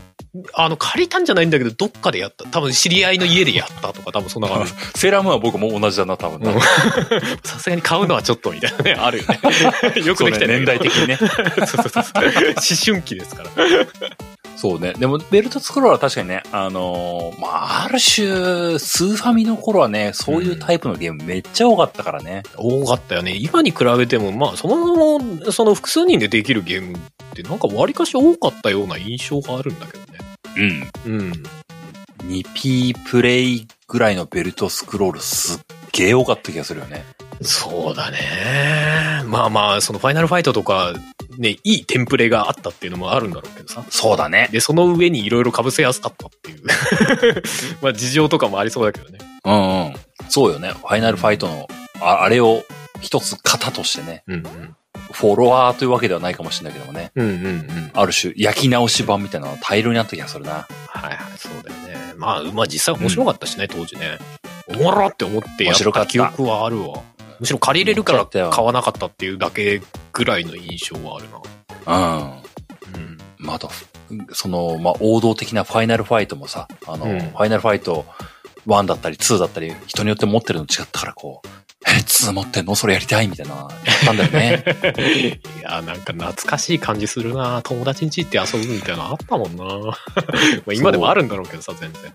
あの、借りたんじゃないんだけど、どっかでやった。多分知り合いの家でやったとか、多分そんな感じ。
セーラームーンは僕も同じだな、多分。
うんさすがに買うのはちょっ とみたいなね、あるよね。よく
そうね
できたよね
年代的にね。
そうそうそう。 思春期ですから。
そうね。でも、ベルトスクロールは確かにね、あのーまあ、ある種、スーファミの頃はね、そういうタイプのゲームめっちゃ多かったからね。
多かったよね。今に比べても、まあ、そもそも、その複数人でできるゲームって、なんか割かし多かったような印象があるんだけどね。
うん。
うん。
2P プレイぐらいのベルトスクロールすっげえ多かった気がするよね。
そうだね。まあまあ、そのファイナルファイトとか、ね、いいテンプレがあったっていうのもあるんだろうけどさ。
そうだね。
で、その上にいろいろ被せやすかったって いう。まあ、事情とかもありそうだけどね。
うんうん。そうよね。ファイナルファイトの、ああれを一つ型としてね、
うんうん。
フォロワーというわけではないかもしれないけどもね。
うんうんうん。
ある種、焼き直し版みたいなのは大量にあった気がするな。
はいはい、そうだよね。まあ、まあ実際面白かったしね、当時ね。おもろって思ってや
面白か
っ
った
た記憶はあるわ。むしろ借りれるから
めっちゃやったよ
買わなかったっていうだけぐらいの印象はあるな。
うん。
うん。
まあ、あと、その、まあ、王道的なファイナルファイトもさ、あの、
うん
ファイナルファイト1だったり2だったり、人によって持ってるの違ったから、こう、え、2持ってんのそれやりたいみたいな、やったんだよ ね。
いや、なんか懐かしい感じするな友達ん家行って遊ぶみたいなのあったも んなまあ今でもあるんだろうけどさ、全然。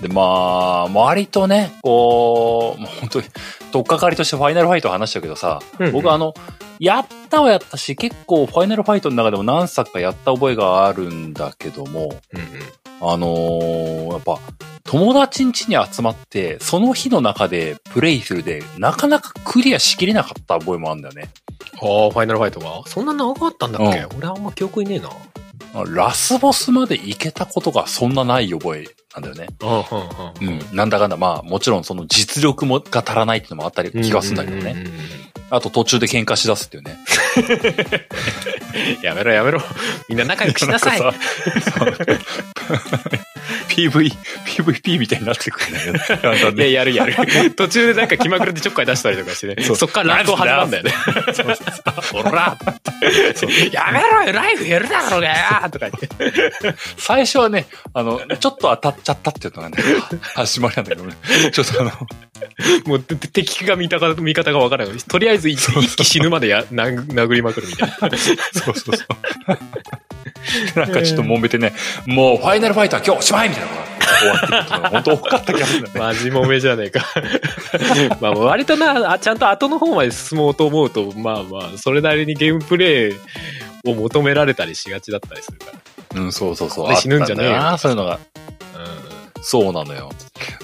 で、まあ、割とね、こう、もう本当に、とっかかりとしてファイナルファイトを話したけどさ、
うんうん
僕あの、やったはやったし、結構ファイナルファイトの中でも何作かやった覚えがあるんだけども、
うんうん。
あのーやっぱ、友達ん家に集まって、その日の中でプレイするで、なかなかクリアしきれなかった覚えもあるんだよね。
ああ、ファイナルファイトがそんな長かったんだっけ、俺あんま記憶いねえな。
ラスボスまで行けたことがそんなない覚えなんだよね。
うんうんうん。
うん。なんだかんだ、まあ、もちろんその実力もが足らないっていうのもあったり気がするんだけどね。
うんうんうん
あと途中で喧嘩しだすっていうね。
うん。やめろやめろ。みんな仲良くしな さい。
んかさ PV、PVP みたいになってくるんだよね。だん だんね
ね、やるやる。途中でなんか気まぐれでちょっかい出したりとかしてね。
そう
そっからランド始まるんだよね。 おらやめろよライフ減るだろうがよとか言って。
最初はね、あ の、ちょっと当たっちゃったっていうのがね、 始まりなんだけどね。ちょっとあの、
もうてて敵が見たか見方がわからない。とりあえず一一気死ぬまでや殴殴りまくるみたいな。
そうそうそう。なんかちょっと揉めてね、もうファイナルファイター今日おしまいみたいなのが終わってるっていうのが本当多かった気がするんだよね。
マジもめじゃねえか。 まあ割とな、あちゃんと後の方まで進もうと思うと、まあまあ、それなりにゲームプレイを求められたりしがちだったりするか
うん、そうそうそう。
ここで死ぬんじゃねえ
あ
よ
っただなそういうのが。
ら。
そうなのよ。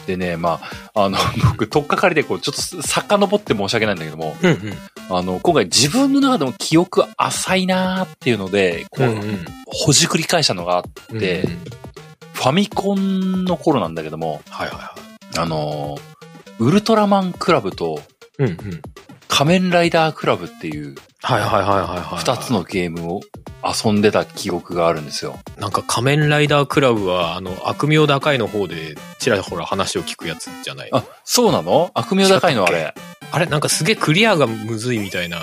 でね、まあ、あの、 僕、とっかかりで、こう、ちょっと遡って申し訳ないんだけども、
うん。うん
あの、今回自分の中でも記憶浅いなーっていうので、こう、
うん。
ほじくり返したのがあって、
で、
フファミコンの頃なんだけども、
はいはいは
あのーウルトラマンクラブと
い。うんうん。
仮面ライダークラブっていう
はいはいはいはいはい。
二つ。のゲームを遊んでた記憶があるんですよ。
なんか仮面ライダークラブは、あの、悪名高いの方で、ちらほら話を聞くやつじゃない。あ
あ、そうなの悪名高いのあれ。
れなんかすげえクリアがむずいみたいな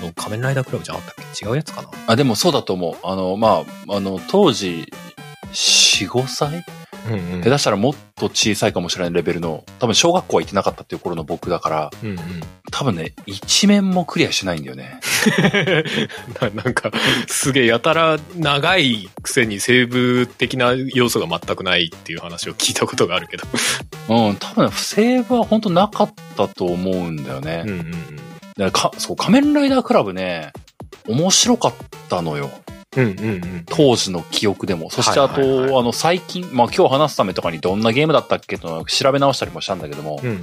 の、仮面ライダークラブじゃなかったっけ違うやつかな
あ、でもそうだと思う。あの、まあ、あの、当時、4、5歳
うんうん。
下手したらもっと小さいかもしれないレベルの、多分小学校は行ってなかったっていう頃の僕だから、
うんうん。
多分ね、一面もクリアしてないんだよね。
ななんか、すげえやたら長いくせにセーブ的な要素が全くないっていう話を聞いたことがあるけど。
うん、多分ね、セーブは本当なかったと思うんだよね。
うんうんうん。
だからかそう、仮面ライダークラブね、面白かったのよ。
うんうんうん。
当時の記憶でも。そしてあと、
はいはいはい
あの、最近、まあ今日話すためとかにどんなゲームだったっけと調べ直したりもしたんだけども、
うんうん。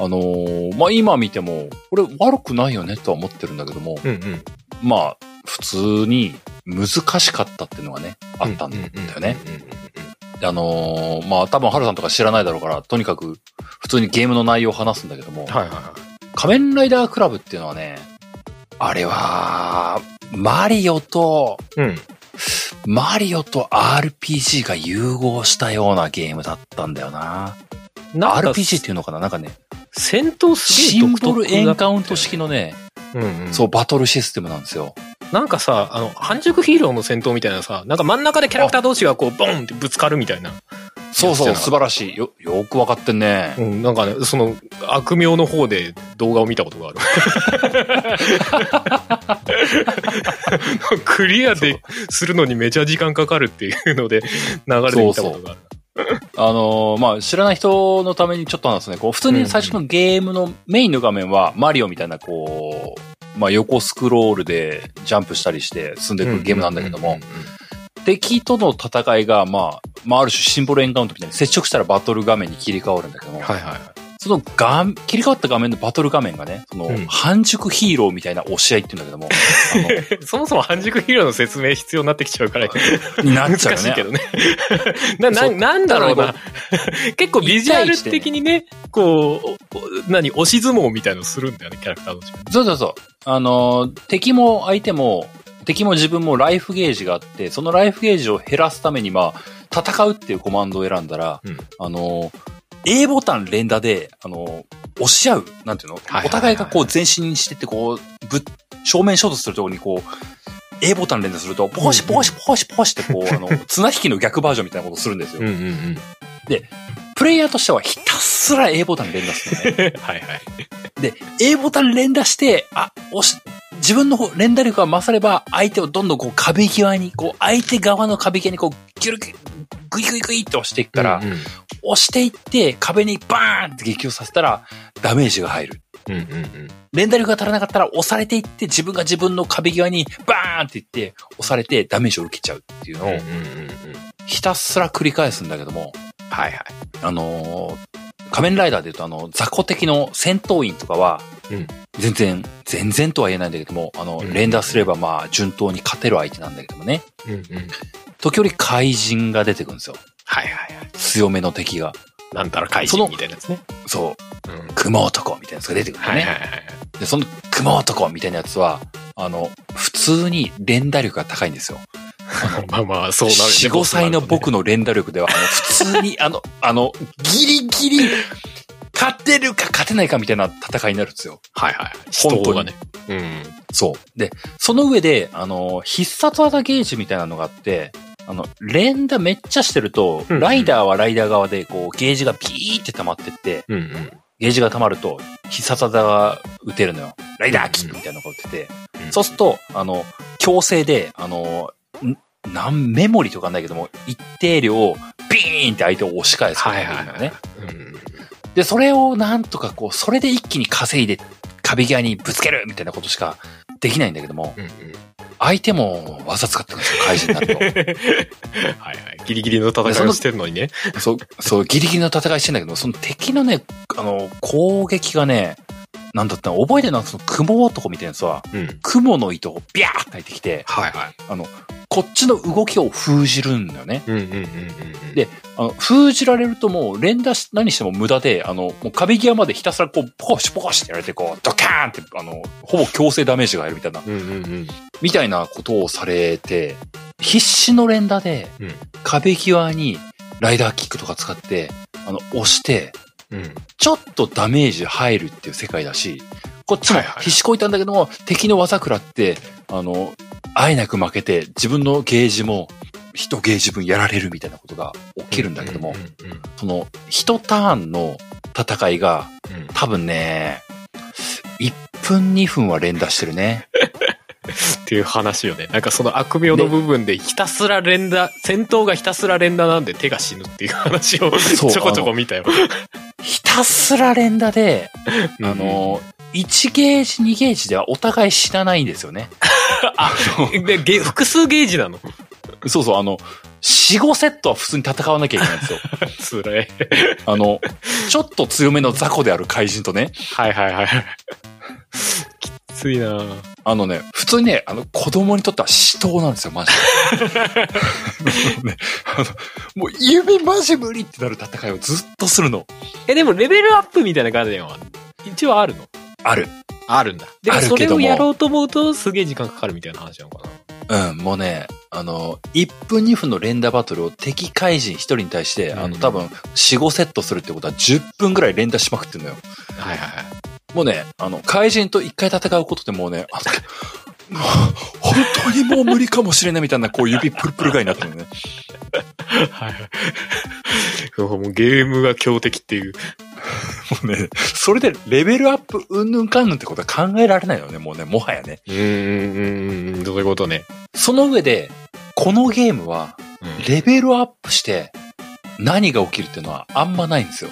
あのーまあ今見ても、これ悪くないよねとは思ってるんだけども、
うんうん。
まあ、普通に難しかったっていうのがね、あったんだよね。。あのーまあ多分、ハルさんとか知らないだろうから、とにかく、普通にゲームの内容を話すんだけども、
はいはいは
仮面ライダークラブっていうのはね、あれは、マリオと、
い。うん。
マリオと RPG が融合したようなゲームだったんだよな。
なんか
RPG っていうのかななんかね、
戦闘す
シ
げえ
ン
独特
ボルエンカウント
式
式のね、
うんうん、
そう、バトルシステムなんですよ。
なんかさ、あの、半熟ヒーローの戦闘みたいなさ、なんか真ん中でキャラクター同士がこう、ボンってぶつかるみたいな。
そう
い
そ
や
う、素晴らしい。よ、よくわかってんね
う。ん、なんかね、その、悪名の方で動画を見たことがある。 クリアで、するのにめちゃ時間かかるっていうので、流れで見たことがある。
あのーまあ、知らない人のためにちょっと話すね。こう、普通に最初のゲームのメインの画面は、マリオみたいな、こう、まあ、横スクロールでジャンプしたりして進んでいくゲームなんだけども、敵との戦いが、まあ、まあ、ある種シンボルエンカウントみたいに接触したらバトル画面に切り替わるんだけども、
はいはいはい。
その画面、切り替わった画面のバトル画面がね、その、
うん
半熟ヒーローみたいな押し合いって言うんだけども、あ
そもそも半熟ヒーローの説明必要になってきちゃうから、
の、になっ
難
ちゃうよ
しいけ
ね。
どね。 な、な、
そう
なんだろう
だ
な
か。
結構ビジュアル的にね、こう、お何、押し相撲みたいのするんだよね、キャラクター同士が。
そうそうそう。あの、敵も相手も、敵も自分もライフゲージがあって、そのライフゲージを減らすために、まあ、戦うっていうコマンドを選んだら、
うん
あの、A ボタン連打で、あの、押し合う、なんていうの、
はいはいはい
お互いがこう前進してって、こう、ぶっ、正面衝突するところにこう、A ボタン連打すると、ポコシポコシポコシポコシってこう、あの、綱引きの逆バージョンみたいなことするんですよ。
うんうん。
プレイヤーとしてはひたすら A ボタン連打するのね。
はいはい。
で、A ボタン連打して、あ、押し、自分の方連打力が勝れば、相手をどんどんこう壁際に、こう、相手側の壁際にこう、ギュルギュル、グイグイグイって押していくから、
うん
押していって、壁にバーンって撃破させたら、ダメージが入る。
うんうん
連打力が足らなかったら押されていって、自分が自分の壁際にバーンっていって、押されてダメージを受けちゃうっていうのを、ひたすら繰り返すんだけども、
はいはい。
あのー仮面ライダーで言うとあの、雑魚的の戦闘員とかは
うん、
全然、全然とは言えないんだけども、あの
う、ん
連打すればまあ、順当に勝てる相手なんだけどもね、
うんうん。
時折怪人が出てくるんですよ。
はいはいはい。
強めの敵が。
なんたら怪人みたいなやつね。
そう、
うん。はい
熊男みたいなやつが出てくるんだよ
は
ね。
いはい。
で、その熊男みたいなやつは、あの、普通に連打力が高いんですよ。
まあまあ、そうなるよね。
4、5歳の僕の連打力では、 あの、普通に、あの、あの、ギリギリ、勝てるか勝てないかみたいな戦いになるんですよ。
はいはい。
本当
が
に
ね。うん。
そう。で、その上で、あの、必殺技ゲージみたいなのがあって、あの、連打めっちゃしてると、
うんうん
ライダーはライダー側で、こう、ゲージがピーって溜まってって、
うんうん。
ゲージが溜まると、必殺技が打てるのよ。ライダーキ
う
ッ
んうん
みたいなのが打てて、
うん
そうすると、あの、強制で、あの、んなん、メモリとかないけども、一定量をビーンって相手を押し返すことが
は
でき
いは
る
い
の
は
ね
い。。うん
で、それをなんとかこう、それで一気に稼いで、壁際にぶつけるみたいなことしかできないんだけども、
うんうん。
相手も技使ってくるんですよ、怪人にな る
はいはい。ギリギリの戦いをしてるのにね。
と。そう、そう、ギリギリの戦いしてんだけど、その敵のね、あの、攻撃がね、なんだったの覚えてるのは、その雲男みたいなやつは、
うん。
雲の糸をビャーって入ってきて、
はいはい。
あの、こっちの動きを封じるんだよね。
うんうんうんうんうん。
であの、封じられるともう連打し、何しても無駄で、あの、もう壁際までひたすらこう、ポコシポコシってやられて、こう、ドキャーンって、あの、ほぼ強制ダメージが入るみたいな、
うんうんうん。
みたいなことをされて、必死の連打で
うん、
壁際にライダーキックとか使って、あの、押して、
うん。
ちょっとダメージ入るっていう世界だし、こっちも
はいはいはい
必死こいたんだけども、敵の技食らって、あの、あえなく負けて、自分のゲージも、一ゲージ分やられるみたいなことが起きるんだけども、
うんうん
その、一ターンの戦いが、
うん
多分ね、1分2分は連打してるね。
っていう話よね。なんかその悪名の部分でひたすら連打、戦闘がひたすら連打なんで手が死ぬっていう話をち
そ
ょ
う
こちょこ見たよ。
ひたすら連打で、あの、1ゲージ2ゲージではお互い死なないんですよね。
あうん、で、ゲ複数ゲージなの。
そうそう、あの、4、5セットは普通に戦わなきゃいけないん ですよ。
つらい。
あの、ちょっと強めの雑魚である怪人とね、
はいはいはい。きついなぁ
あのね、普通にね、あの、子供にとっては死闘なんですよ、マジ で。ねあのもう、指マジ無理ってなる戦いをずっとするの。
え、でもレベルアップみたいな感じは一応あるの
ある。
あるんだ。でも
あるけ
そ
ども
れをやろうと思うとすげえ時間かかるみたいな話なのかな。
うん、もうね、あの、1分2分の連打バトルを敵怪人1人に対して、あ
うん
の、多分、4、5セットするってことは10分ぐらい連打しまくってんのよ。
はいはい
もうね、あの、怪人と1回戦うことでもうね、あのもう本当にもう無理かもしれないみたいな、こう指プルプルがになってるのね。
はい。はいはい。もうゲームが強敵っていう。
もうね、それでレベルアップうんぬんかんぬんってことは考えられないよね、もうね、もはやね。
うんうんうんうん、どういうことね。
その上で、このゲームは、
うん
レベルアップして、何が起きるっていうのはあんまないんですよ。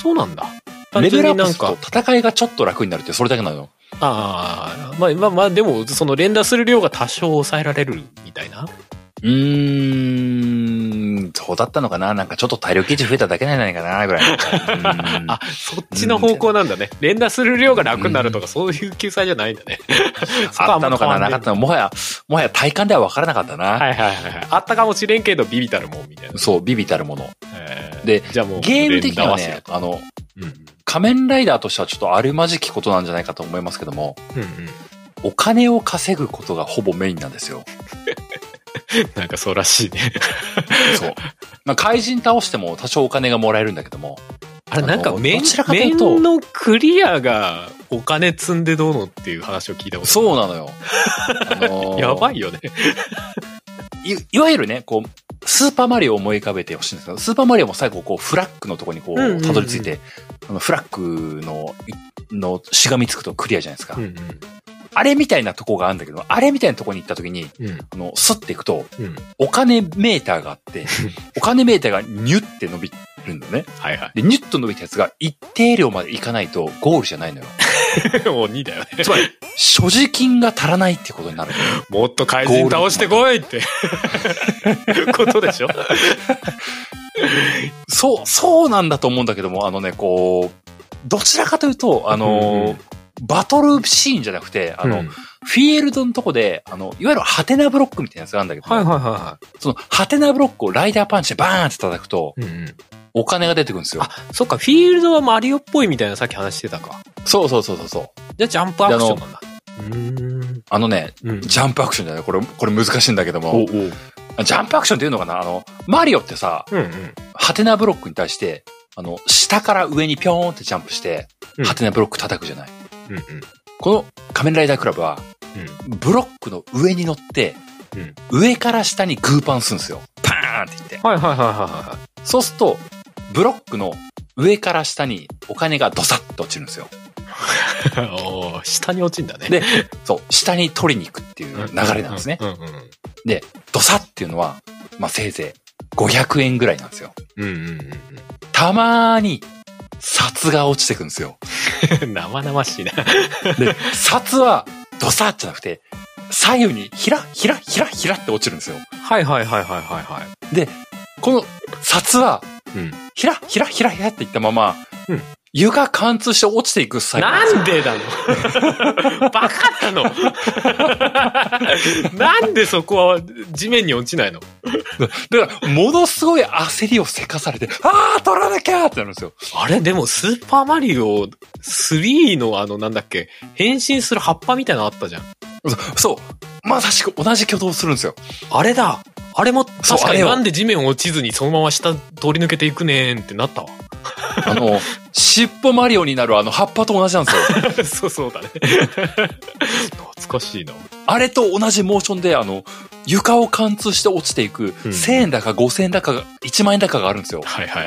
そうなんだ。単
レベ
純
ルアッ
に
プ
なん
すると
か、
戦いがちょっと楽になるってそれだけなの。
ああ、まあまあまあ、でも、その連打する量が多少抑えられるみたいな。
うーん、そうだったのかななんかちょっと体力ゲージ増えただけなんじゃないかなぐらい の。
あ、そっちの方向なんだね。連打する量が楽になるとか、そういう救済じゃないんだね。そこは
あ
あ
っ
んま
たのかななかっ
変わんねえ
たのもはや、もはや体感では分からなかったな。
はいはいはいはい。あったかもしれんけど、ビビたるもんみたいな。
そう、ビビたるもの。
えー
で
じゃあもう
ゲーム的には
連
ね、あの、
打忘れ
仮面ライダーとしてはちょっとあるまじきことなんじゃないかと思いますけども、
うんうんうん
お金を稼ぐことがほぼメインなんです よ。
うん。なんかそうらしいね。
そう。まあ、怪人倒しても多少お金がもらえるんだけども、
あれなんか
あの
面
どちら、かというと
面のクリアがお金積んでどうのっていう話を聞いたこと
そうなのよ。あのー
やばいよね。
い。いわゆるね、こう、スーパーマリオを思い浮かべてほしいんですけど、スーパーマリオも最後、こう、フラッグのとこにこ
うんうんうん
う、たどり着いて、あのフラッグの、いの、しがみつくとクリアじゃないですか。
うんうん
あれみたいなとこがあるんだけど、あれみたいなとこに行った時に、
うん
あの、スッていくと、
うん。
お金メーターがあ って、お金メーターがニュって伸びるんだよね。
はいは
で、ニュッと伸びたやつが一定量までいかないとゴールじゃないのよ。
い。 もう2だよね。
つまり、所持金が足らないってことになる。
もっと怪人倒してこいってことでしょ
そう、そうなんだと思うんだけども、あのね、こう、どちらかというと、あ
うんう
の
ん、
バトルシーンじゃなくて、あの、
うん
フィールドのとこで、あの、いわゆるハテナブロックみたいなやつがあるんだけど、
はいはいは
そのハテナブロックをライダーパンチでバーンって叩くと、
いはい。うんうん。
お金が出てくるんですよ。
そっか、フィールドはマリオっぽいみたいなさっき話してたか。
そうそうそうそうそう。
じゃあジャンプアクションなんだ。うーん
あのね、
うん。
ジャンプアクションじゃないこれ、これ難しいんだけども、
お。うん
ジャンプアクションっていうのかなあの、マリオってさ、
うん。
ハテナブロックに対して、あの、下から上にピョーンってジャンプして
う、ん
ハテナブロック叩くじゃない、
うんうん。
この仮面ライダークラブは、ブロックの上に乗って、上から下にグーパンするんですよ。パーンっていって。
はいはいはいはいは
そうすると、ブロックの上から下にお金がドサッと落ちるんです よ。
いはい。おー下に落ちんだね。
で、そう、下に取りに行くっていう流れなんですね。
うんうん
ドサッっていうのは、まあ、せいぜい500円ぐらいなんですよ。
うん。うんうんうん
たまーに、札が落ちてくんですよ。
うん。 生々しいな。
で、札は、ドサッじゃなくて、左右に、ひら、ひら、ひら、ひらって落ちるんですよ。
はいはいはいはいはいは
この、札は、
い。うん。
ひら、ひら、ひら、ひらっていったまま、
うん
湯が貫通して落ちていく際
なんでだ のバカなの なんでそこは地面に落ちないの
だから、ものすごい焦りをせかされて、あー取らなきゃーってなるんですよ。
あれ、でもスーパーマリオ3のあの、なんだっけ、変身する葉っぱみたいなのあったじゃん。
そそう。まさしく同じ挙動をするんですよ。
あれだあれも、
そう
確か
あ
に
れよ
なんで地面落ちずにそのまま下通り抜けていくねーんってなったわ。
あの、尻尾マリオになるあの葉っぱと同じなんですよ。
そうそうだね。懐かしいな。
あれと同じモーションで、あの、床を貫通して落ちていく、
うん
1000円だか5000円だかが、1万円だかがあるんですよ。
はいは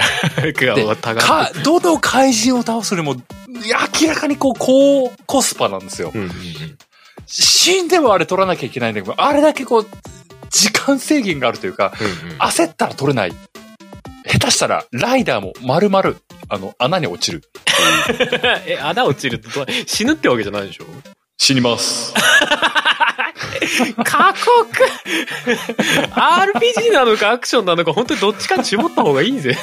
い。 クワタが
か、どの怪人を倒すよりも、明らかにこう、高コスパなんですよ。
うんうんうん。
死んでもあれ取らなきゃいけないんだけど、あれだけこう、時間制限があるというか、
うんうん
焦ったら取れない。下手したら、ライダーも丸々、あの、穴に落ちる。
え、穴落ちるとどう死ぬってわけじゃないでしょ
死にます。
過酷 !RPG なのかアクションなのか本当にどっちかに絞った方がいいぜ。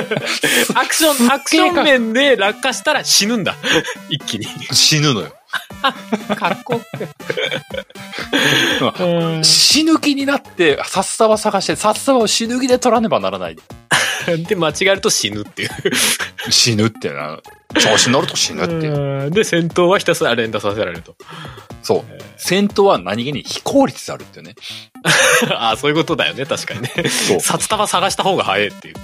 アクション、アクション面で落下したら死ぬんだ。一気に。
死ぬのよ。
過酷。
死ぬ気になって、札束探して、札束を死ぬ気で取らねばならない。
で、間違えると死ぬっていう。
死ぬってな。調子に乗ると死ぬって。
うんで、戦闘はひたすら連打させられると。
そう。戦闘は何気に非効率であるっていうね。
ああ、そういうことだよね、確かにね。
そ
札束探した方が早いっていう。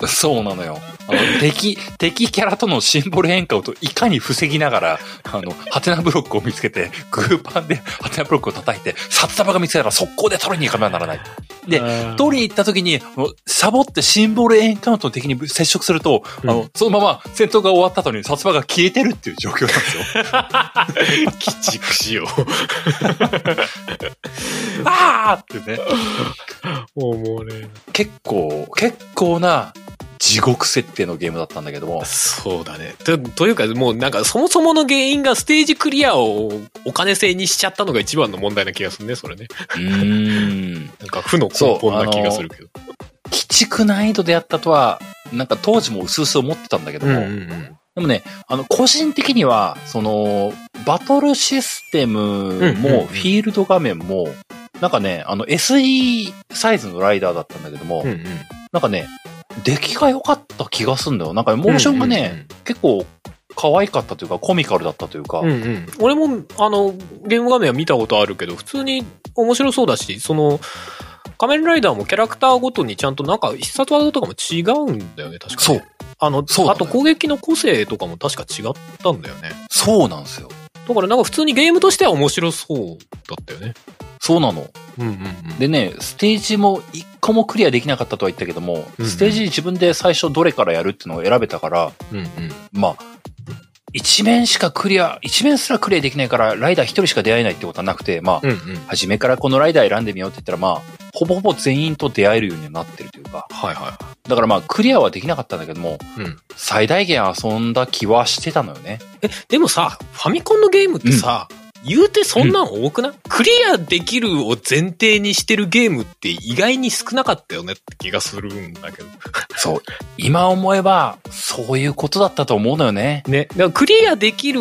う。そうなのよ。あの、敵、敵キャラとのシンボル変化をといかに防ぎながら、あの、ハテナブロックを見つけて、グーパンでハテナブロックを叩いて、札束が見つけたら速攻で取りに行かなきゃならない。で
うん、
取りに行った時に、あのサボってシンボルエンカウントの敵に接触すると、あ
う
の、そのまま戦闘が終わった後に札束が消えてるっていう状況なんですよ。
鬼畜しよ
あーってね。
う。もうもうね。
結構、結構な地獄設定のゲームだったんだけども、
そうだね。とというか、もうなんかそもそもの原因がステージクリアをお金制にしちゃったのが一番の問題な気がするね、それね。
うーん。
なんか負の根本な気がするけど。
鬼畜難易度でやったとは、なんか当時も薄々思ってたんだけども、
うん。
でもね、あの、個人的には、その、バトルシステム
うんうんうん
も、フィールド画面も、なんかね、あの、SE サイズのライダーだったんだけども、
うんうん。
なんかね、出来が良かった気がすんだよ。なんか、モーションがね、結構、可愛かったというか、コミカルだったというか、
うんうん、うんうん。俺も、あの、ゲーム画面は見たことあるけど、普通に面白そうだし、その、仮面ライダーもキャラクターごとにちゃんとなんか必殺技とかも違うんだよね、確か
そ
に。
う。、
あの、
そうな
あ
のよ
と攻撃の個性とかも確か違ったんだよね。
そうなんですよ。
だからなんか普通にゲームとしては面白そうだったよね。
そうなの。
うんうんうん。
でね、ステージも一個もクリアできなかったとは言ったけども、
うんうん
ステージ自分で最初どれからやるっていうのを選べたから、
うんうん。
まあ、一面しかクリア、一面すらクリアできないから、ライダー一人しか出会えないってことはなくて、まあ、
うんうん。
初めからこのライダー選んでみようって言ったら、まあ、ほぼほぼ全員と出会えるようになってるというか、
はいは
だからまあ、クリアはできなかったんだけども、
い。うん。
最大限遊んだ気はしてたのよね。
え、でもさ、ファミコンのゲームってさ、言うてそんなん多くない、クリアできるを前提にしてるゲームって意外に少なかったよねって気がするんだけど。
そう。今思えば、そういうことだったと思うのよね。
ね。だからクリアできる、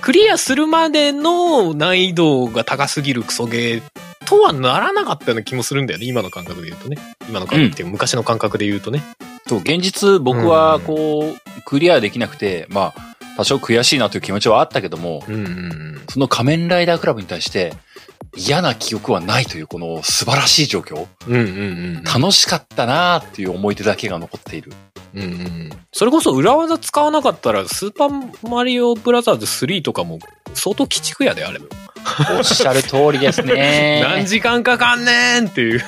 クリアするまでの難易度が高すぎるクソゲーとはならなかったような気もするんだよね。今の感覚で言うとね。今の感覚っていうか昔の感覚で言うとね。
そう、現実僕はこう、クリアできなくて、まあ、多少悔しいなという気持ちはあったけども、
うんうんうん。
その仮面ライダークラブに対して、嫌な記憶はないという、この素晴らしい状況。
うんうんうん。
楽しかったなーっていう思い出だけが残ってい る。
うんうんうんそれこそ裏技使わなかったら、スーパーマリオブラザーズ3とかも相当鬼畜やで、あれも。
おっしゃる通りです
何
ね。
時間かかんねんっていう。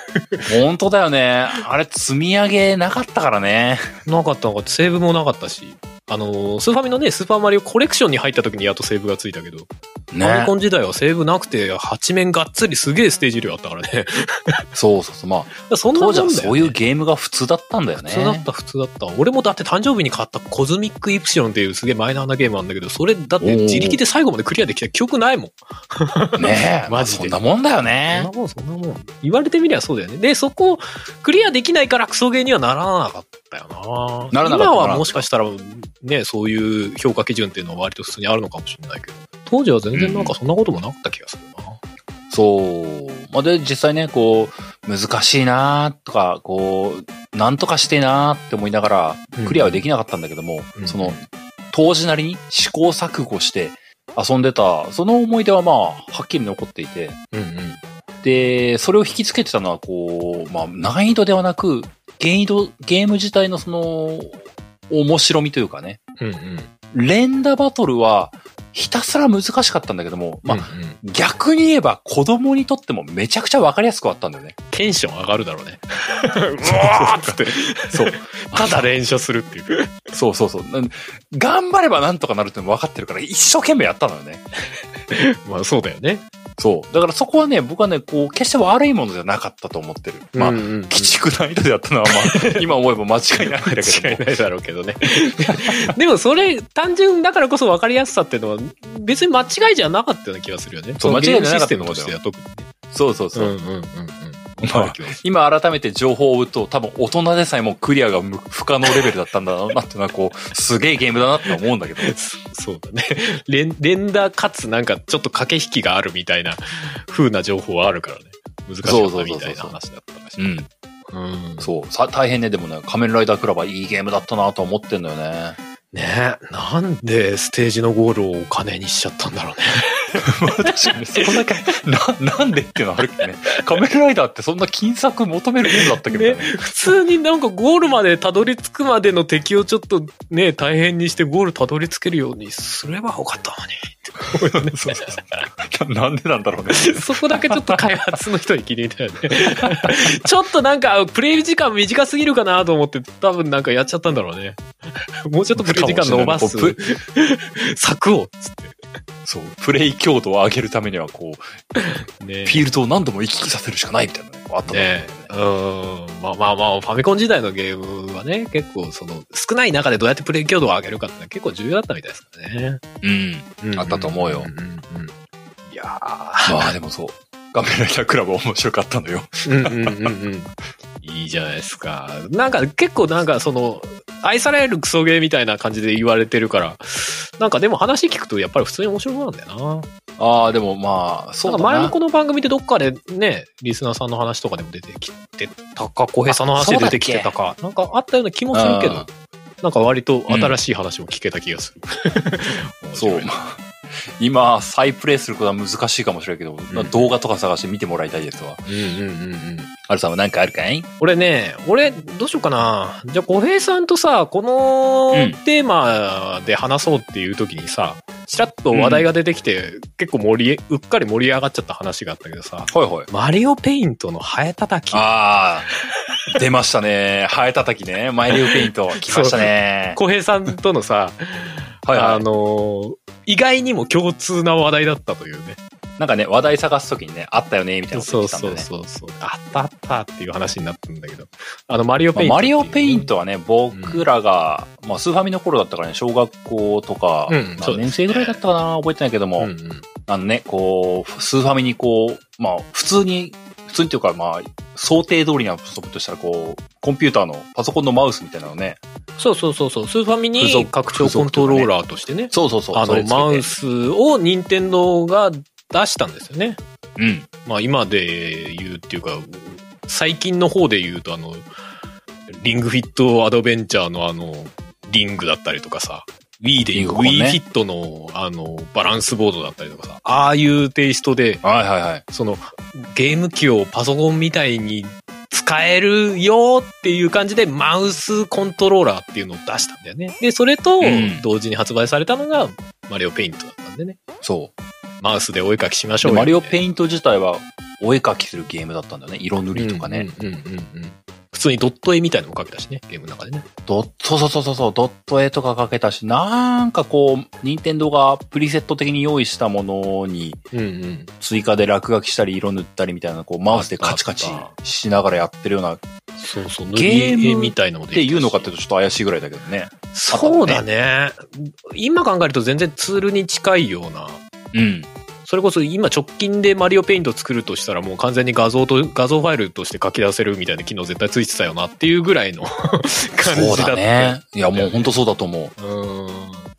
本当だよね。あれ、積み上げなかったからね。
なかったのか、セーブもなかったし。あのー、スーファミのね、スーパーマリオコレクションに入った時にやっとセーブがついたけど、ファミコン時代はセーブなくて、8面がっつりすげえステージ量あったからね。
そうそうそう。まあ、
そんなも
当
んだ
時
よ、
は
ね。
そういうゲームが普通だったんだよね。
普通だった、普通だった。俺もだって誕生日に買ったコズミックイプシロンっていうすげえマイナーなゲームなんだけど、それだって自力で最後までクリアできた記憶ないもん。
ねえ。
マジで
そんなもんだよ
そん
ね
な。もん、そんなもん。言われてみりゃそうだよね。で、そこをクリアできないからクソゲーにはならなかったよ
な
な。
らなかった
今はもしかしたら、ね、そういう評価基準っていうのは割と普通にあるのかもしれないけど、当時は全然なんかそんなこともなかった気がするな。
そう。まあ、で、実際ね、こう、難しいなとか、こう、なんとかしてなって思いながら、クリアはできなかったんだけども、
うん
その、当時なりに試行錯誤して遊んでた、その思い出はまあ、はっきり残っていて、
うんうん。
で、それを引きつけてたのは、こう、まあ、難易度ではなく、ゲーム、ゲーム自体のその、面白みというかね、
うんうん。
連打バトルは、ひたすら難しかったんだけども、まあ、
うんうん
逆に言えば子供にとってもめちゃくちゃわかりやすくはあったんだよね。
テンション上がるだろうね。 うわーっつって。
そう。
ただ連射するっていう。
そうそうそう。なん頑張ればなんとかなるってのも分かってるから、一生懸命やったのよね。
まあそうだよね。
そう。だからそこはね、僕はね、こう、決して悪いものじゃなかったと思ってる。まあ、
うんうんう
鬼
ん
畜な人でやったのは、 まあ、今思えば間違いないんだけど
間違
も
い。ないだろうけどね。 でもそれ、単純だからこそ分かりやすさっていうのは、別に間違いじゃなかったような気がするよね。
そう
の
間違いじゃなかった
ゲームシステムとしては特にね。
そうそうそう。
んうんうんうん。
まあ
わかる気がする
今改めて情報を追うと、多分大人でさえもクリアが無不可能レベルだったんだろうなっていうのは、こう、すげえゲームだなって思うんだけど。
そうだね。連、連打かつなんかちょっと駆け引きがあるみたいな風な情報はあるからね。難しかったみたいな話だったらし
う
い。
ん。
うん
そう。さ大変ね。でもね、仮面ライダークラブはいいゲームだったなと思ってんだよね。
ねえなんでステージのゴールをお金にしちゃったんだろうね。
確かに、そんなか、な、なんでっていうのはあるけどね。仮面ライダーってそんな金策求めるゲームだったけどね。
普通になんかゴールまでたどり着くまでの敵をちょっとね、大変にしてゴールたどり着けるようにすればよかったのにって思うよね。
そうそうそうななんでなんだろうね。
そこだけちょっと開発の人に聞いてみたよね。ちょっとなんかプレイ時間短すぎるかなと思って多分なんかやっちゃったんだろうね。もうちょっとプレイ時間伸ばす
かもしれない
策をっつっ
そう。プレイ強度を上げるためには、こう、
て。ね
フィールドを何度も行き来させるしかないみたいなのがあったんだよ
ねえ。うん。まあまあまあ、ファミコン時代のゲームはね、結構その少ない中でどうやってプレイ強度を上げるかってのは結構重要だったみたいですからね。
うん。あったと思うよ
んんうんいや
まあでもそう。仮面ライダークラブ面白かったのよ。
ーうんうんうんうんいいじゃないですか。なんか結構なんかその、愛されるクソゲーみたいな感じで言われてるから、なんかでも話聞くとやっぱり普通に面白くなんだよな。
ああ、でもまあ、そう
なん
だ
か
な。
前もこの番組でどっかでね、リスナーさんの話とかでも出てきてたか、小平さんの話で出てきてたか、なんかあったような気もする
う
けど
ん、
なんか割と新しい話も聞けた気がする。
そう。まあ今、再プレイすることは難しいかもしれないけど、
ん
動画とか探して見てもらいたいですわ。
うんうんうんうん。
アルさんは何かあるかい
俺ね、俺、どうしようかな。じゃあ、小平さんとさ、この
うん
テーマで話そうっていう時にさ、ちらっと話題が出てきて、結構盛り、うっかり盛り上がっちゃった話があったけどさ、
はいはい。
マリオペイントのハエ叩き。
ああ、出ましたね。ハエ叩きね。マイリオペイント。来ましたね。
小平さんとのさ、
はい
あ
は
の、意外にも共通な話題だったというね。
い。なんかね、話題探すときにね、あったよね、みたいなこと
そ
言
う
ってたん
そ
だよ
う
ね。
そうそう。あったあったっていう話になったんだけど。あの、マリオ
ま
ペ
あ
イントっ
マ
てい
リ
うね、
オペイントはね、僕らが、まあ、スーファミの頃だったからね、小学校とか、
うんそう
何
ですね
年生ぐらいだったかな、覚えてないけども、
うんうん。
あのね、こう、スーファミにこう、まあ、普通に、普通にというか、まあ、想定通りな遊ぶとしたら、こう、コンピューターの、パソコンのマウスみたいなのね。
そうそうそうそう。スーファミ
付
に
属
拡張コントローラーとしてね。
そうそうそう。
あ
それ
の、
つけて
マウ。スを任天堂が出したんですよね。
うん。
まあ今で言うっていうか、最近の方で言うとあの、リングフィットアドベンチャーのあの、リングだったりとかさ、Wii で言う、
リング
Wii
ね
フィットのあの、バランスボードだったりとかさ、ああいうテイストで、
はいはいはい。
その、ゲーム機をパソコンみたいに使えるよっていう感じで、マウスコントローラーっていうのを出したんだよね。で、それと
うん
同時に発売されたのが、マリオペイントだったんでね。
そう。
マウスでお絵かきしましょ
で
うよ
マリオ
イ
ペイント自体は、お絵描きするゲームだったんだよね。色塗りとかね。。
うんうんうんうん。普通にドット絵みたいのも書けたしね、ゲームの中でね。
ドット、そうそうそうそう、ドット絵とかかけたし、なんかこう、任天堂がプリセット的に用意したものに
うんうん。
追加で落書きしたり色塗ったりみたいな、こう、マウスでカチカチしながらやってるようなっ
そうそう、塗
ゲーム
り絵みたいのもでき
て
たし
いうのかっていうとちょっと怪しいぐらいだけどね。
そうだね。今考えると全然ツールに近いような。
うん。
それこそ今直近でマリオペイント作るとしたらもう完全に画像と、画像ファイルとして書き出せるみたいな機能絶対ついてたよなっていうぐらいの 感
そ
じ
う
だ
だ
った。
ね。いや、もう本当そうだと思う。
うーん。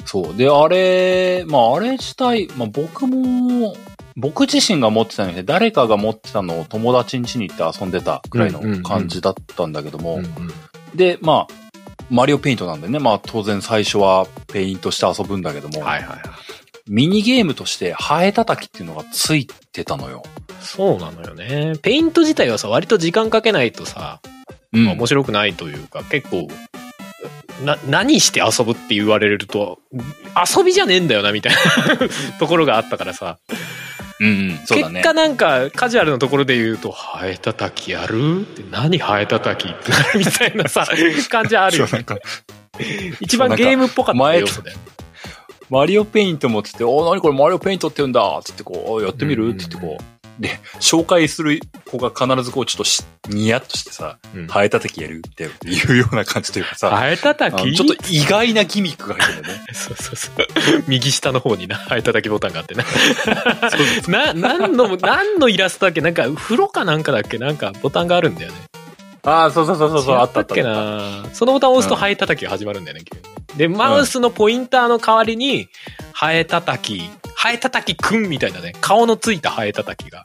そう。で、あれ、まあ、あれ自体、まあ、僕も、僕自身が持ってたので、誰かが持ってたのを友達ん家に行って遊んでたぐらい
うんうんうん
の感じだったんだけども、
うんうん
で、まあ、マリオペイントなんでね、まあ当然最初はペイントして遊ぶんだけども、
はいはいはい。
ミニゲームとしてハエ叩きっていうのがついてたのよ。
そうなのよね。ペイント自体はさ、割と時間かけないとさ、
うん。
面白くないというか、結構、な、何して遊ぶって言われると、遊びじゃねえんだよな、みたいな ところがあったからさ。
うんうん、そうだね
結。果なんか、カジュアルのところで言うと、ハエたたきやるって何ハエたたきってなるみた いなさ、感じあるよ
そうなん
ね。
か
一番ゲームっぽかった要素だよ。
マリオペイントもつって、おー、何これマリオペイントって言うんだつってこう、あやってみ
うん
る
うん
って言ってこう。で、紹介する子が必ずこう、ちょっとし、ニヤッとしてさ、
うん
ハエ叩きやるっていうような感じというかさ、
ハエたた
あの
き
ちょっと意外なギミックが入ってるんだよね。
そうそうそう。 右下の方にな、ハエたたきボタンがあってな。な、何の、何のイラストだっけなんか、風呂かなんかだっけなんか、ボタンがあるんだよね。
あ あ、そうそうそうそうそう、
違
あったあった
っけなそのボタンを押すと、
うん
ハエたたきが始まるんだよね、急にで、マウスのポインターの代わりに、ハエたたき、ハエたたきくんみたいなね、顔のついたハエたたきが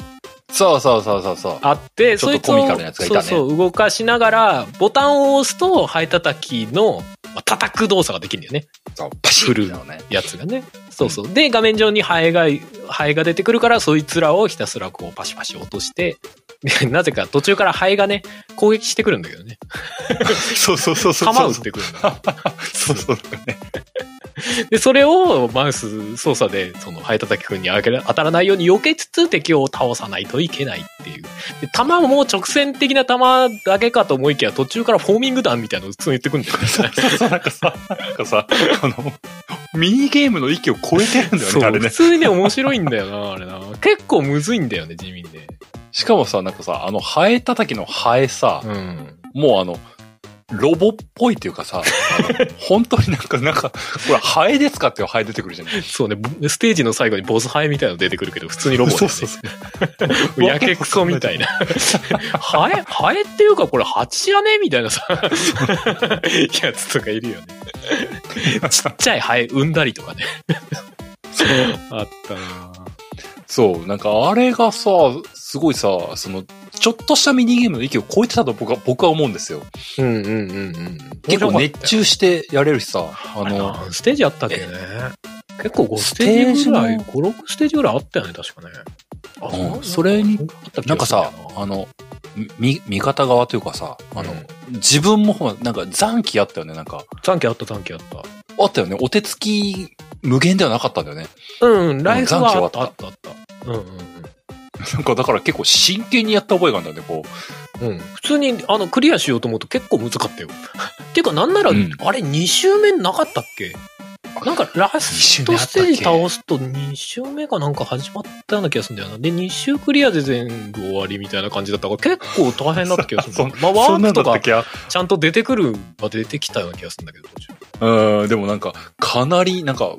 そうそうそうそうそう。
あって、
ちょっと
そいつを
コミカルなやつがいたね
そうそう、動かしながら、ボタンを押すと、ハエたたきの、まあ、叩く動作ができるんだよね。
そう、パシ
フル
ッなのね。
やつがね。そうそう。で、画面上にハエが、ハエが出てくるから、そいつらをひたすらこう、パシパシ落として、でなぜか途中からハエがね、攻撃してくるんだけどね。
そうそうそうそう。
構うってくるんだよ。
そうそうだね。
で、それをマウス操作で、その、ハエたたきくんに当たらないように避けつつ敵を倒さないといけないっていう。で、弾ももう直線的な弾だけかと思いきや、途中からフォーミング弾みたいなのを普通に言ってくるんだよ ね。
そうそう、なんかさ、なんかさ、あの、ミニゲームの域を超えてるんだよ
そ
ね、あ
う、
れ
普
ね。
通にね、面白いんだよな、あれな。結構むずいんだよね、地味にね。
しかもさ、なんかさ、あの、ハエ叩きのハエさ
う、ん。
もうあの、ロボっぽいっていうかさ、 あの本当になんか、なんか、これハエですかってハエ出てくるじゃない
そうね、ぼステージの最後にボスハエみたいなの出てくるけど、普通にロボ だよね。
そうそう
もう やけくそみたいな。ハエ、ハエっていうかこれ蜂じゃねみたいなさ、 やつとかいるよ ね。ちっちゃいハエ産んだりとかね。あったなぁ
そう、なんかあれがさ、すごいさ、その、ちょっとしたミニゲームの域を超えてたと僕は、僕は思うんですよ。
うんうんうんうん。
結構熱中してやれるしさ、あ
あの、
の、
何ステージあったっけね。結構5ス
ス
テ
テ
ー
ー
ジ
ジ
ぐ
の
らい、5、6ステージぐらいあったよね、確かね。あ
うんそれに、なんかさ、
あ
あの、み、味方側というかさ、あの、
うん
自分もほら、なんか残機あったよね、なんか。
残機あった残機あった。
あったよね、お手つき無限ではなかったんだよね。
うん、ライフはあった、あ
残
った、あった。うんうんう
なんかだから結構真剣にやった覚えがあるんだよね、こ
ん。うん、普通に、あの、クリアしようと思うと結構難かったよ。 ていうか、なんなら、
うん
あれ、2周目なかったっけなんか、ラストステー
二
ジ
周目あったっ
倒すと2周目かなんか始まったような気がするんだよな。で、2周クリアで全部終わりみたいな感じだったから、結構大変だった気がす るんだよ。 まあ、
う。
ワ
な
ーク
んだ
と
った
か
っ、けあ
ちゃんと出てくるは出てきたような気がするんだけど、途中。
うん、でもなんか、かなり、なんか、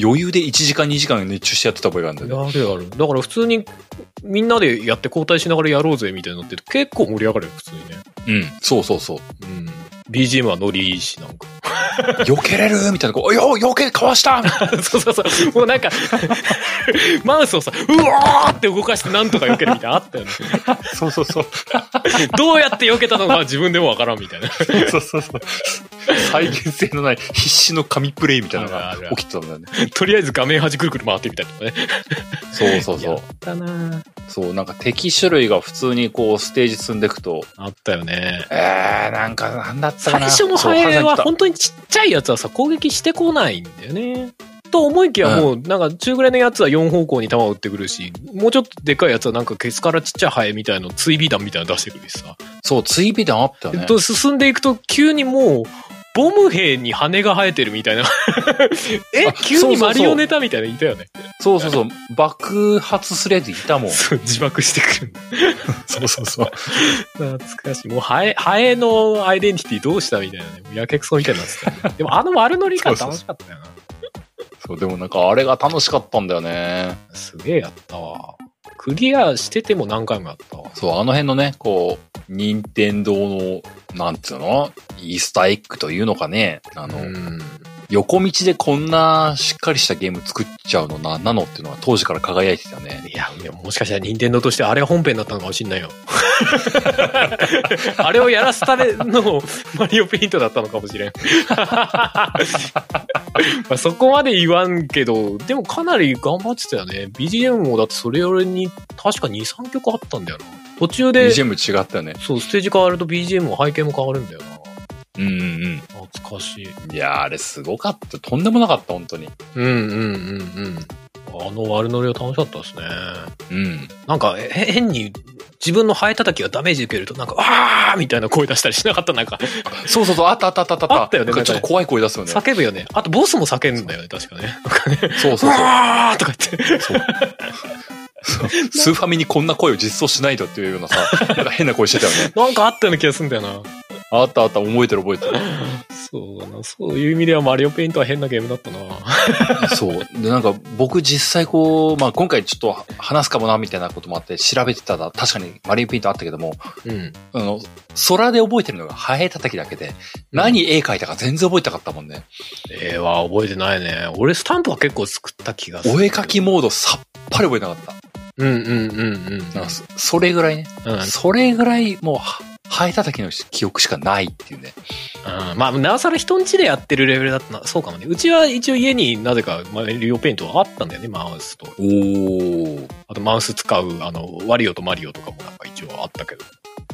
余裕で1時間2時間熱中してやってた覚えがあるんだよね。
やるやる。だから、普通に、みんなでやって交代しながらやろうぜみたいになって、結構盛り上がるよ、普通にね。
うん、そうそうそう。
うん。BGM はノリいいし、なんか。
避けれるみたいな、こう、よ、避け、かわしたみたいな
そうそうそう。もうなんか、マウスをさ、うわーって動かしてなんとか避けるみたいなのあったよね。
そうそうそう。
どうやって避けたのか自分でもわからんみたいな。
そうそうそう。再現性のない必死の神プレイみたいなの
ある
が
あるある
起きてたんだよね。
とりあえず画面端くるくる回ってみたいなね。
そうそうそ
やっ
う。
たな
そう、なんか敵種類が普通にこうステージ進んでいくと、
あったよね。
えー、なんかなんだったかな。
最初のハエ
そう
は
ハ
本当にちっちゃいやつはさ、攻撃してこないんだよね。と思いきや
うん
もう、なんか中ぐらいのやつは4方向に球を打ってくるし、もうちょっとでかいやつはなんかケツからちっちゃいハエみたいの、追尾弾みたいなの出してくるしさ。
そう、追尾弾あったよね。
と進んでいくと急にもう、ボム兵に羽が生えてるみたいな。え
あ
急にマリオネタみたいなのいたよね。
そうそうそう。爆発スレッドいたもん。
そう自爆してくる。
そうそうそう。
懐かしい。もうハエ、ハエのアイデンティティどうしたみたいなね。もうやけくそみたいになってたよね。でもあの丸乗り感楽しかったよな。
そう、でもなんかあれが楽しかったんだよね。
すげえやったわ。クリアしてても何回もやったわ。
そう、あの辺のね、こう、任天堂の、なんつうのイースターエッグというのかね。あの、
うん。
横道でこんなしっかりしたゲーム作っちゃうのな、なのっていうのは当時から輝いてたね。
いや、いやもしかしたら任天堂としてあれが本編だったのかもしんないよ。 あれをやらすためのマリオペイントだったのかもしれん。 まあそこまで言わんけど、でもかなり頑張ってたよね。BGM もだってそれよりに確か2、3曲あったんだよな。途中で、
BGM 違ったよね。
そう、ステージ変わると BGM も背景も変わるんだよな。
うんうん
懐かしい。
うん。いやー、あれすごかった。とんでもなかった、本当に。
うんうんうんうん。あの悪乗りは楽しかったですね。
うん。
なんか、へ変に、自分のハエ叩きがダメージ受けると、なんか、あーみたいな声出したりしなかったなんか、
そうそうそう、あったあったあったあった。
あったよね
なんかちょっと怖い声出すよね。
叫ぶよね。あと、ボスも叫ぶんだよね、確かね。
そうそうそう。
あーとか言って。
スーファミにこんな声を実装しないとっていうようなさ、なんか変な声してたよね。
なんかあったような気がするんだよな。
あったあった、覚えてる覚えて
そうだな。そういう意味では、マリオペイントは変なゲームだったな。
る。そう。で、なんか僕実際こう、まあ今回ちょっと話すかもなみたいなこともあって調べてたら、確かにマリンピントあったけども、
うん。
あの、空で覚えてるのがハエ叩きだけで、何絵描いたか全然覚えてなかったもんね。
ええわ、覚えてないね。俺、スタンプは結構作った気がする。
お絵描きモードさっぱり覚えてなかった。
うんうんうんうん。
なんかそそれぐらいね。
うんうん
それぐらいもう、はハエ叩きの記憶しかないっていうね。
まあ、なおさら人ん家でやってるレベルだったな。そうかもね。うちは一応家になぜかマリオペイントはあったんだよね、マウスと。
おー。
あとマウス使う、あの、ワリオとマリオとかもなんか一応あったけど。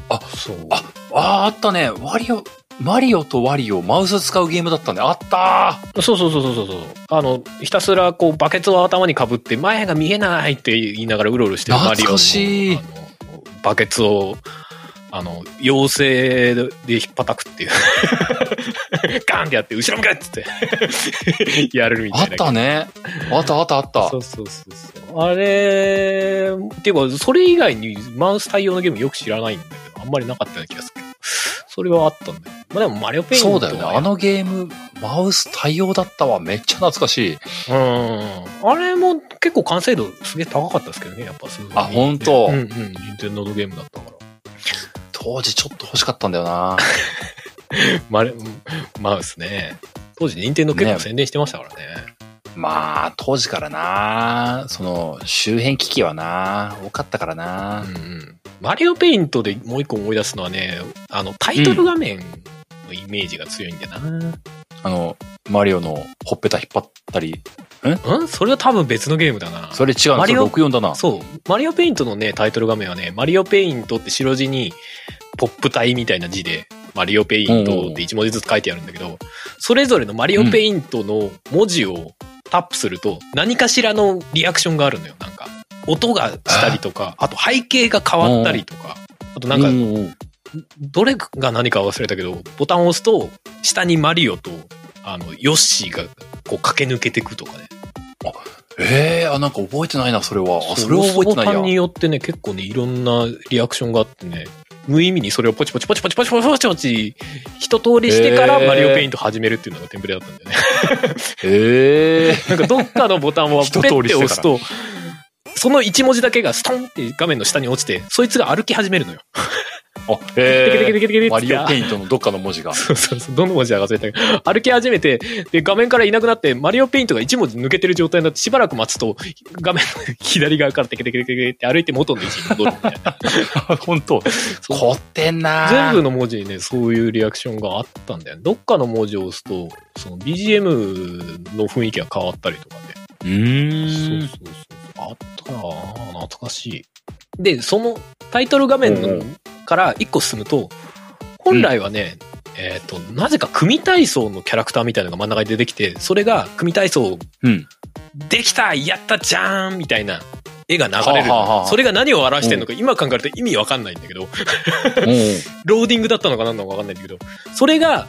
あ
そう。
あああ、あったね。ワリオ、マリオとワリオ、マウス使うゲームだったね。あった
そうそうそうそうそうそう。あの、ひたすらこう、バケツを頭にかぶって、前が見えないって言いながらうろうろしてるマリオ
懐
の。
かしい
あのバケツを、あの、妖精で引っ叩くっていう。 ガンってやって、後ろ向けっつって、 やるみ
あ
たい
っ
な。
たね。あったあったあった
そ。うそうそうそう。あれ、っていうか、それ以外にマウス対応のゲームよく知らないんだけど、あんまりなかったような気がするけど。それはあったんだよ。まあでもマリオペイント
そ
は
うだよね。あのゲーム、マウス対応だったわ。めっちゃ懐かしい。
うん。あれも結構完成度すげえ高かったですけどね、やっぱスーファミ
あ本当
うんうん。任天堂のゲームだったから。
当時ちょっと欲しかったんだよな。
マ レマウスね。当時任天堂結構宣伝してましたからね。
まあ、当時からな。その、周辺機器はな、多かったからな。
うんうん。マリオペイントでもう一個思い出すのはね、あの、タイトル画面のイメージが強いんだよな。
あの、マリオのほっぺた引っ張ったり。
うんそれは多分別のゲームだな。
それ違うの。
マ
そ
リ
れ
オ
64だな。
そう。マリオペイントのね、タイトル画面はね、マリオペイントって白地に、ポップ体みたいな字で、マリオペイントって一文字ずつ書いてあるんだけど、それぞれのマリオペイントの文字をタップすると、何かしらのリアクションがあるのよ。なんか、音がしたりとか、あと背景が変わったりとか、あとなんか
う、んうん
どれが何か忘れたけど、ボタンを押すと、下にマリオと、あの、ヨッシーが、こう駆け抜けてくとかね。
ええあ、なんか覚えてないな、それは。あ、それは覚えてない
ボタンに
や。
よってね、結構ね、いろんなリアクションがあってね、無意味にそれをポチポチポチポチポチポチポチポチ、一通りしてから
へー
マリオペイント始めるっていうのがテンプレだったんだよね。
ええ
なんかどっかのボタンを
一通
ペ
りして
ッて
から
押すと、その一文字だけがストンって画面の下に落ちて、そいつが歩き始めるのよ。
あ、え
テケ
え
テケテケテケテケ
マリオペ
ン
イントのどっかの文字が。
そうそうそう、どの文字だか忘れたけど、歩き始めて、で、画面からいなくなって、マリオペイントが一文字抜けてる状態になって、しばらく待つと、画面の左側からテケテケテケテケって歩いて元の位置に戻るみたいな。
本当
そう
凝ってんな
全部の文字にね、そういうリアクションがあったんだよね。どっかの文字を押すと、その BGM の雰囲気が変わったりとかね。
うーん。
そうそうそう。あったなぁ懐かしい。で、そのタイトル画面
う
の
ん
から一個進むと、本来はね、えっ、と、なぜか組体操のキャラクターみたいなのが真ん中に出てきて、それが組体操、
うん。
できたやったじゃーんみたいな絵が流れ
は
る
あはあはあ。
それが何を表してるのか、今考えると意味わかんないんだけど、ローディングだったのか何なのかわかんないんだけど、それが、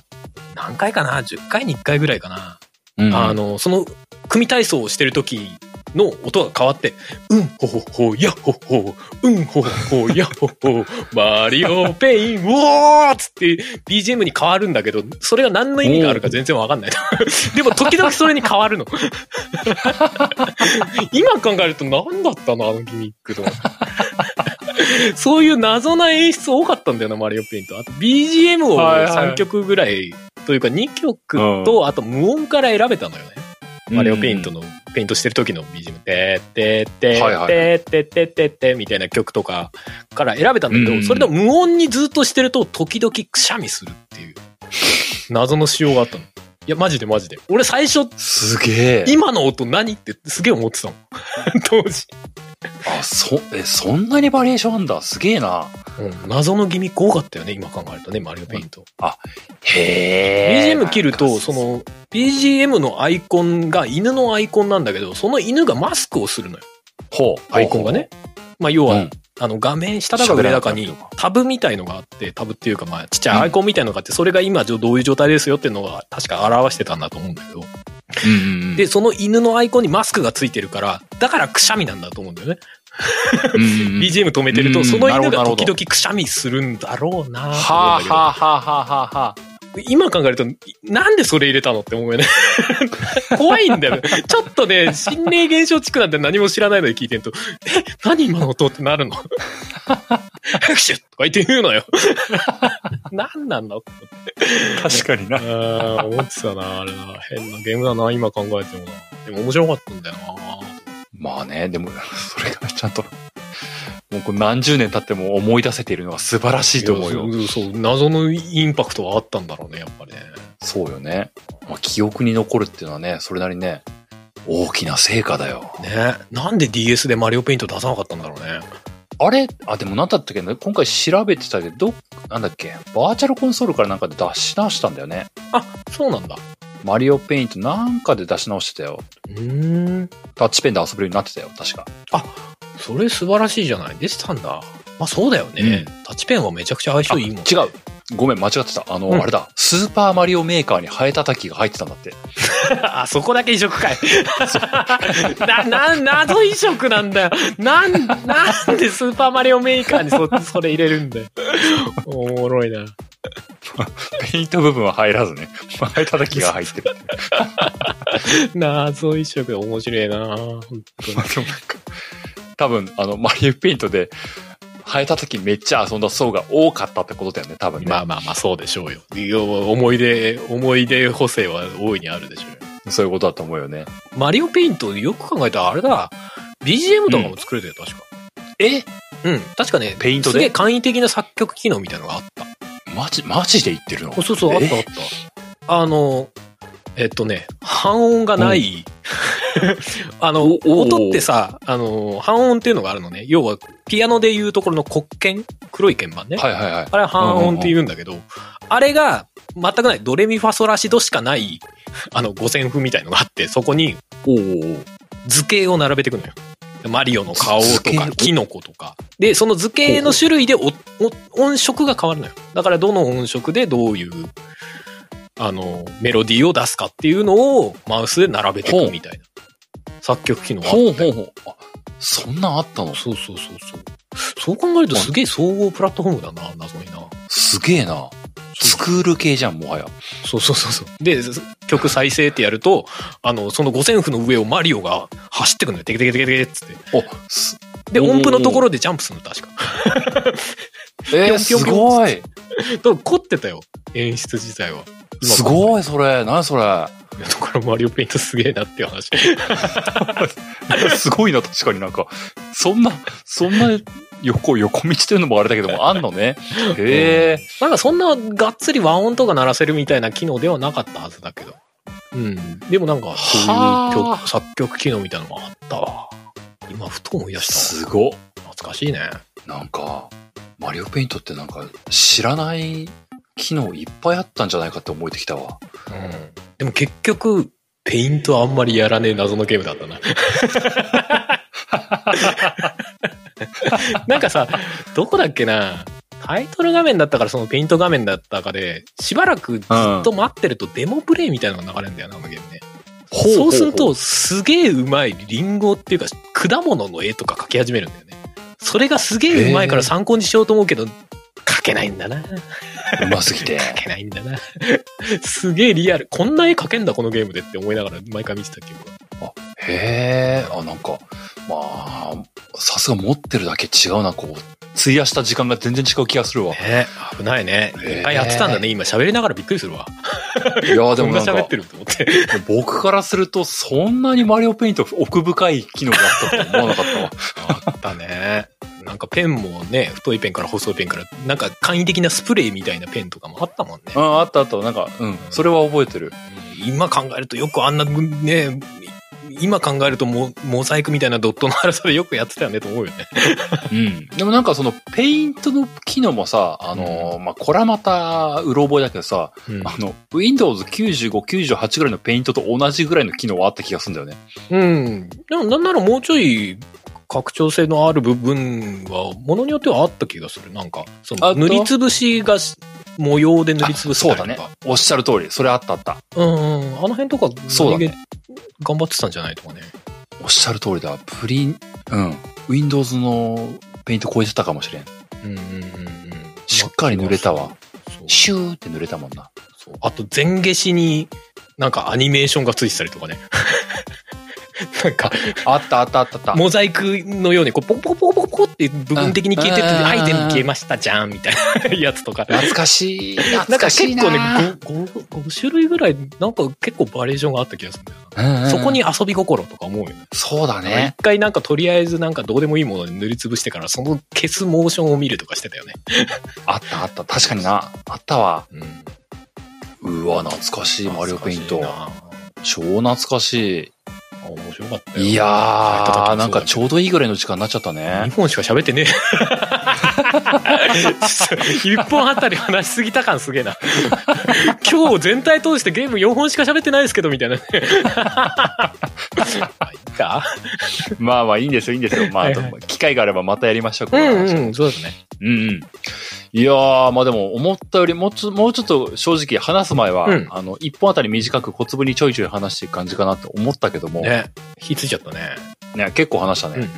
何回かな ?10 回に1回ぐらいかな。
うん。
あの、その、組体操をしてる時の音が変わって、うんほほほ、やっほほ、うんほほほ、やっほほ、マリオペイン、ウォーっつって BGM に変わるんだけど、それが何の意味があるか全然わかんない。 でも時々それに変わるの。 今考えると何だったのあのギミックとか。そういう謎な演出多かったんだよな、マリオペイント。あと BGM を
はいはい
3曲ぐらいというか2曲
う
と、あと無音から選べたのよね。
うん
マリオペイント。の、ペイントしてる時の BGM。てってって
はいはい
ってってってってってみたいな曲とかから選べたんだけ
うん
ど、それでも無音にずっとしてると、時々くしゃみするっていう、謎の仕様があったの。いや、マジでマジで。俺最初、
すげえ。
今の音何ってすげえ思ってたもん。当時。
あ、そ、え、そんなにバリエーションあんだ。すげえな。
うん、謎のギミック多かったよね、今考えるとね、マリオペイント。
へえ。
BGM 切ると、そ、の、BGM のアイコンが犬のアイコンなんだけど、その犬がマスクをするのよ、
ほう。
アイコンがね。まあ、要
ほう。
は、
うん。
あの、画面下だか上だか
喋ら
に
なくなると
タブみたいのがあって、タブっていうか、まあ、ちっちゃいアイコンみたいのがあって、それが今じょどういう状態ですよっていうのが確か表してたんだと思うんだけど。
うんうんうん
で、、その犬のアイコンにマスクがついてるから、だからくしゃみなんだと思うんだよね。
うんうんうん
BGM 止めてる
う
と、
ん
その犬
なる
が
ほど
時々くしゃみするんだろうなぁと思うんだけど。
はあはあはあはあはあはあ。
今考えると、なんでそれ入れたのって思うよね。 怖いんだよね。ちょっとね、心霊現象地区なんて何も知らないので聞いてると、え、何今の音ってなるの拍手とか言って言うのよ。何なんだって
確かにな。
あー思ってたな、あれな。変なゲームだな、今考えてもな。でも面白かったんだよな。
まあね、でも、それがちゃんと、もうこう何十年経っても思い出せているのは素晴らしいと思うよ。
いやそうそう、謎のインパクトはあったんだろうね、やっぱね。
そうよね。まあ、記憶に残るっていうのはね、それなりにね、大きな成果だよ。
ね。なんで DS でマリオペイント出さなかったんだろうね。
あれあ、でもなんだったっけね今回調べてたけど、なんだっけバーチャルコンソールからなんかで出し直したんだよね。
あ、そうなんだ。
マリオペイントなんかで出し直してたよ。
うーん。
タッチペンで遊べるようになってたよ、確か。
それ素晴らしいじゃない。でしたんだ。まあそうだよね。タッチペンはめちゃくちゃ相性いいもん。
あ違う。ごめん、間違ってた。あの、
うん
あれだ。スーパーマリオメーカーにハエたたきが入ってたんだって。
あ、そこだけ移植かい。 な、な、謎移植なんだよ。なん、なんでスーパーマリオメーカーにそ、それ入れるんだよ。おもろいな。
ペイント部分は入らずね。ハエたたきが入って る。
謎移植面白いな本当に
まあでもなんか、多分、あの、マリオペイントで、ハエたたきめっちゃ遊んだ層が多かったってことだよね、多分ね。
まあまあまあ、そうでしょうよ。いや思い出、思い出補正は大いにあるでしょうよ。
そういうことだと思うよね。
マリオペイントよく考えたらあれだ。BGM とかも作れてる、確か。
え
うん、確かね、
ペイント
すげえ
で
簡易的な作曲機能みたいなのがあった。
マジ、マジで言ってるの
そうそう、あったあ
え
った。あの、えっとね、半音がない。 あの、
おお
音ってさ、あの、半音っていうのがあるのね。要は、ピアノでいうところの黒鍵黒い鍵盤ね。
はいはいはい。
あれは半音って言うんだけど、あれが全くない、ドレミファソラシドしかない、あの、五線譜みたいのがあって、そこに
おお
図形を並べていくのよ。マリオの顔
図
と
形
か、キノコとか。で、その図形の種類でおお音色が変わるのよ。だから、どの音色でどういう、あの、メロディーを出すかっていうのをマウスで並べていくみたいな。作曲機能があっ
ほう
た
ほう
よ
ほう。あ、そんなんあったの
そうそうそうそう。そう考えるとすげえ総合プラットフォームだな、謎にな。
すげえな。スクール系じゃん、もはや。
そうそうそうそう。で、曲再生ってやると、あの、その五線譜の上をマリオが走ってくのよ。テケテケテケテケっつって。
お、す、
で、
おー
音符のところでジャンプするの、確か。
えー、
ぴょん
す
ぴょんぴょん
ごい。
だから凝ってたよ、演出自体は。
す
い
ごい、それ。何それ。
やだからマリオペイントすげえなっていう話。
すごいな、確かになんか。そんな、そんな、横、横道というのもあれだけども、あんのね。へえ。
なんかそんながっつり和音とか鳴らせるみたいな機能ではなかったはずだけど。うん。でもなんか、そう
は
いう
あ
曲、作曲機能みたいなのもあったわ。今、ふと思い出し
すごっ。
たわ。懐かしいね。
なんか、マリオペイントってなんか、知らない機能いっぱいあったんじゃないかって思えてきたわ。
うん。でも結局、ペイントあんまりやらねえ謎のゲーム だったな。なんかさ、どこだっけなタイトル画面だったからそのペイント画面だったかで、しばらくずっと待ってるとデモプレイみたいなのが流れるんだよな、あのゲームね。
ほう
そうする
ほ
と、すげえうまいリンゴっていうか、果物の絵とか描き始めるんだよね。それがすげえうまいから参考にしようと思うけど、描けないんだな。
うますぎて。
描けないんだな。 すげえリアル。こんな絵描けんだ、このゲームでって思いながら毎回見てた記憶が。
へえ、あ、なんか、まあ、さすが持ってるだけ違うな、こう、費やした時間が全然違う気がするわ。い
ね危ないね。
ね
いっぱいやってたんだね。今喋りながらびっくりするわ。
や、で
こ
も
ん
な
なん
か
喋っ、てると思って。
僕からすると、そんなにマリオペイント奥深い機能があったと思わなかったわ。
あったね。なんかペンもね、太いペンから細いペンから、なんか簡易的なスプレーみたいなペンとかもあったもんね。
ああったあった。なんか、うん。それは覚えてる。
今考えるとよくあんなね、今考えるとモモザイクみたいなドットの荒さでよくやってたよねと思うよね。
うん。でもなんかその、ペイントの機能もさ、あのー、まあ、これはまた、うろ覚えだけどさ、あの、Windows 95、98ぐらいのペイントと同じぐらいの機能はあった気がするんだよね。
うん。でもなんならもうちょい拡張性のある部分は、ものによってはあった気がする。なんか、そ
あ
の
と
塗りつぶしがし模様で塗りつぶした
そう
り
だ
と
ね
か。。
おっしゃる通り。それあったあった。
うんうん。あの辺とか、
そうだね
何気頑張ってたんじゃないとかね。
おっしゃる通りだ。プリン、うん。Windows のペイント超えてたかもしれん。
うんうんうんうん。
しっかり塗れたわ。
そう。
シューって塗れたもんな。
そうあと、前消しに、なんかアニメーションがついてたりとかね。 なんか、
あったあったあったあった。
モザイクのように、こう、ポコポコポコポコって部分的に消えてって、
うん
アイテム消えましたじゃん、みたいなやつとか。
懐かしい。懐
なんか
かしい
結
な。
構ね、5, 種類ぐらい、なんか結構バリエーションがあった気がするんだよな。
うんうんうん
そこに。遊び心とか思うよね。
そうだ
だから
ね。
一回なんかとりあえずなんかどうでもいいもので塗りつぶしてから、その消すモーションを見るとかしてたよね。
あったあった。確かにな。あったわ。
うん。
うわ、懐かしい、マリオペイント。
あ
超懐かし
面白かった
い。
よ。
いや
帰った時もそ
ー、
うだけど
なんかちょうどいいぐらいの時間になっちゃった
2
ね。
本しか喋ってねえ。1本あたり話しすぎた感すげえな。今日全体通してゲーム4本しか喋ってないですけど、みたいなね。 まあいいか。
まあまあいいんですよ、いいんですよ。まあ、
は
あ
い
と
はい
機会があればまたやりましょう、こ
う
の話
んうん、そうですね。
うんうん。いやー、まあでも思ったよりもうちょ、もうちょっと正直話す前は、
うん
あの、一本あたり短く小粒にちょいちょい話していく感じかなって思ったけども、ね、
ね。火ついちゃったね。
結構話したね。
うんうん。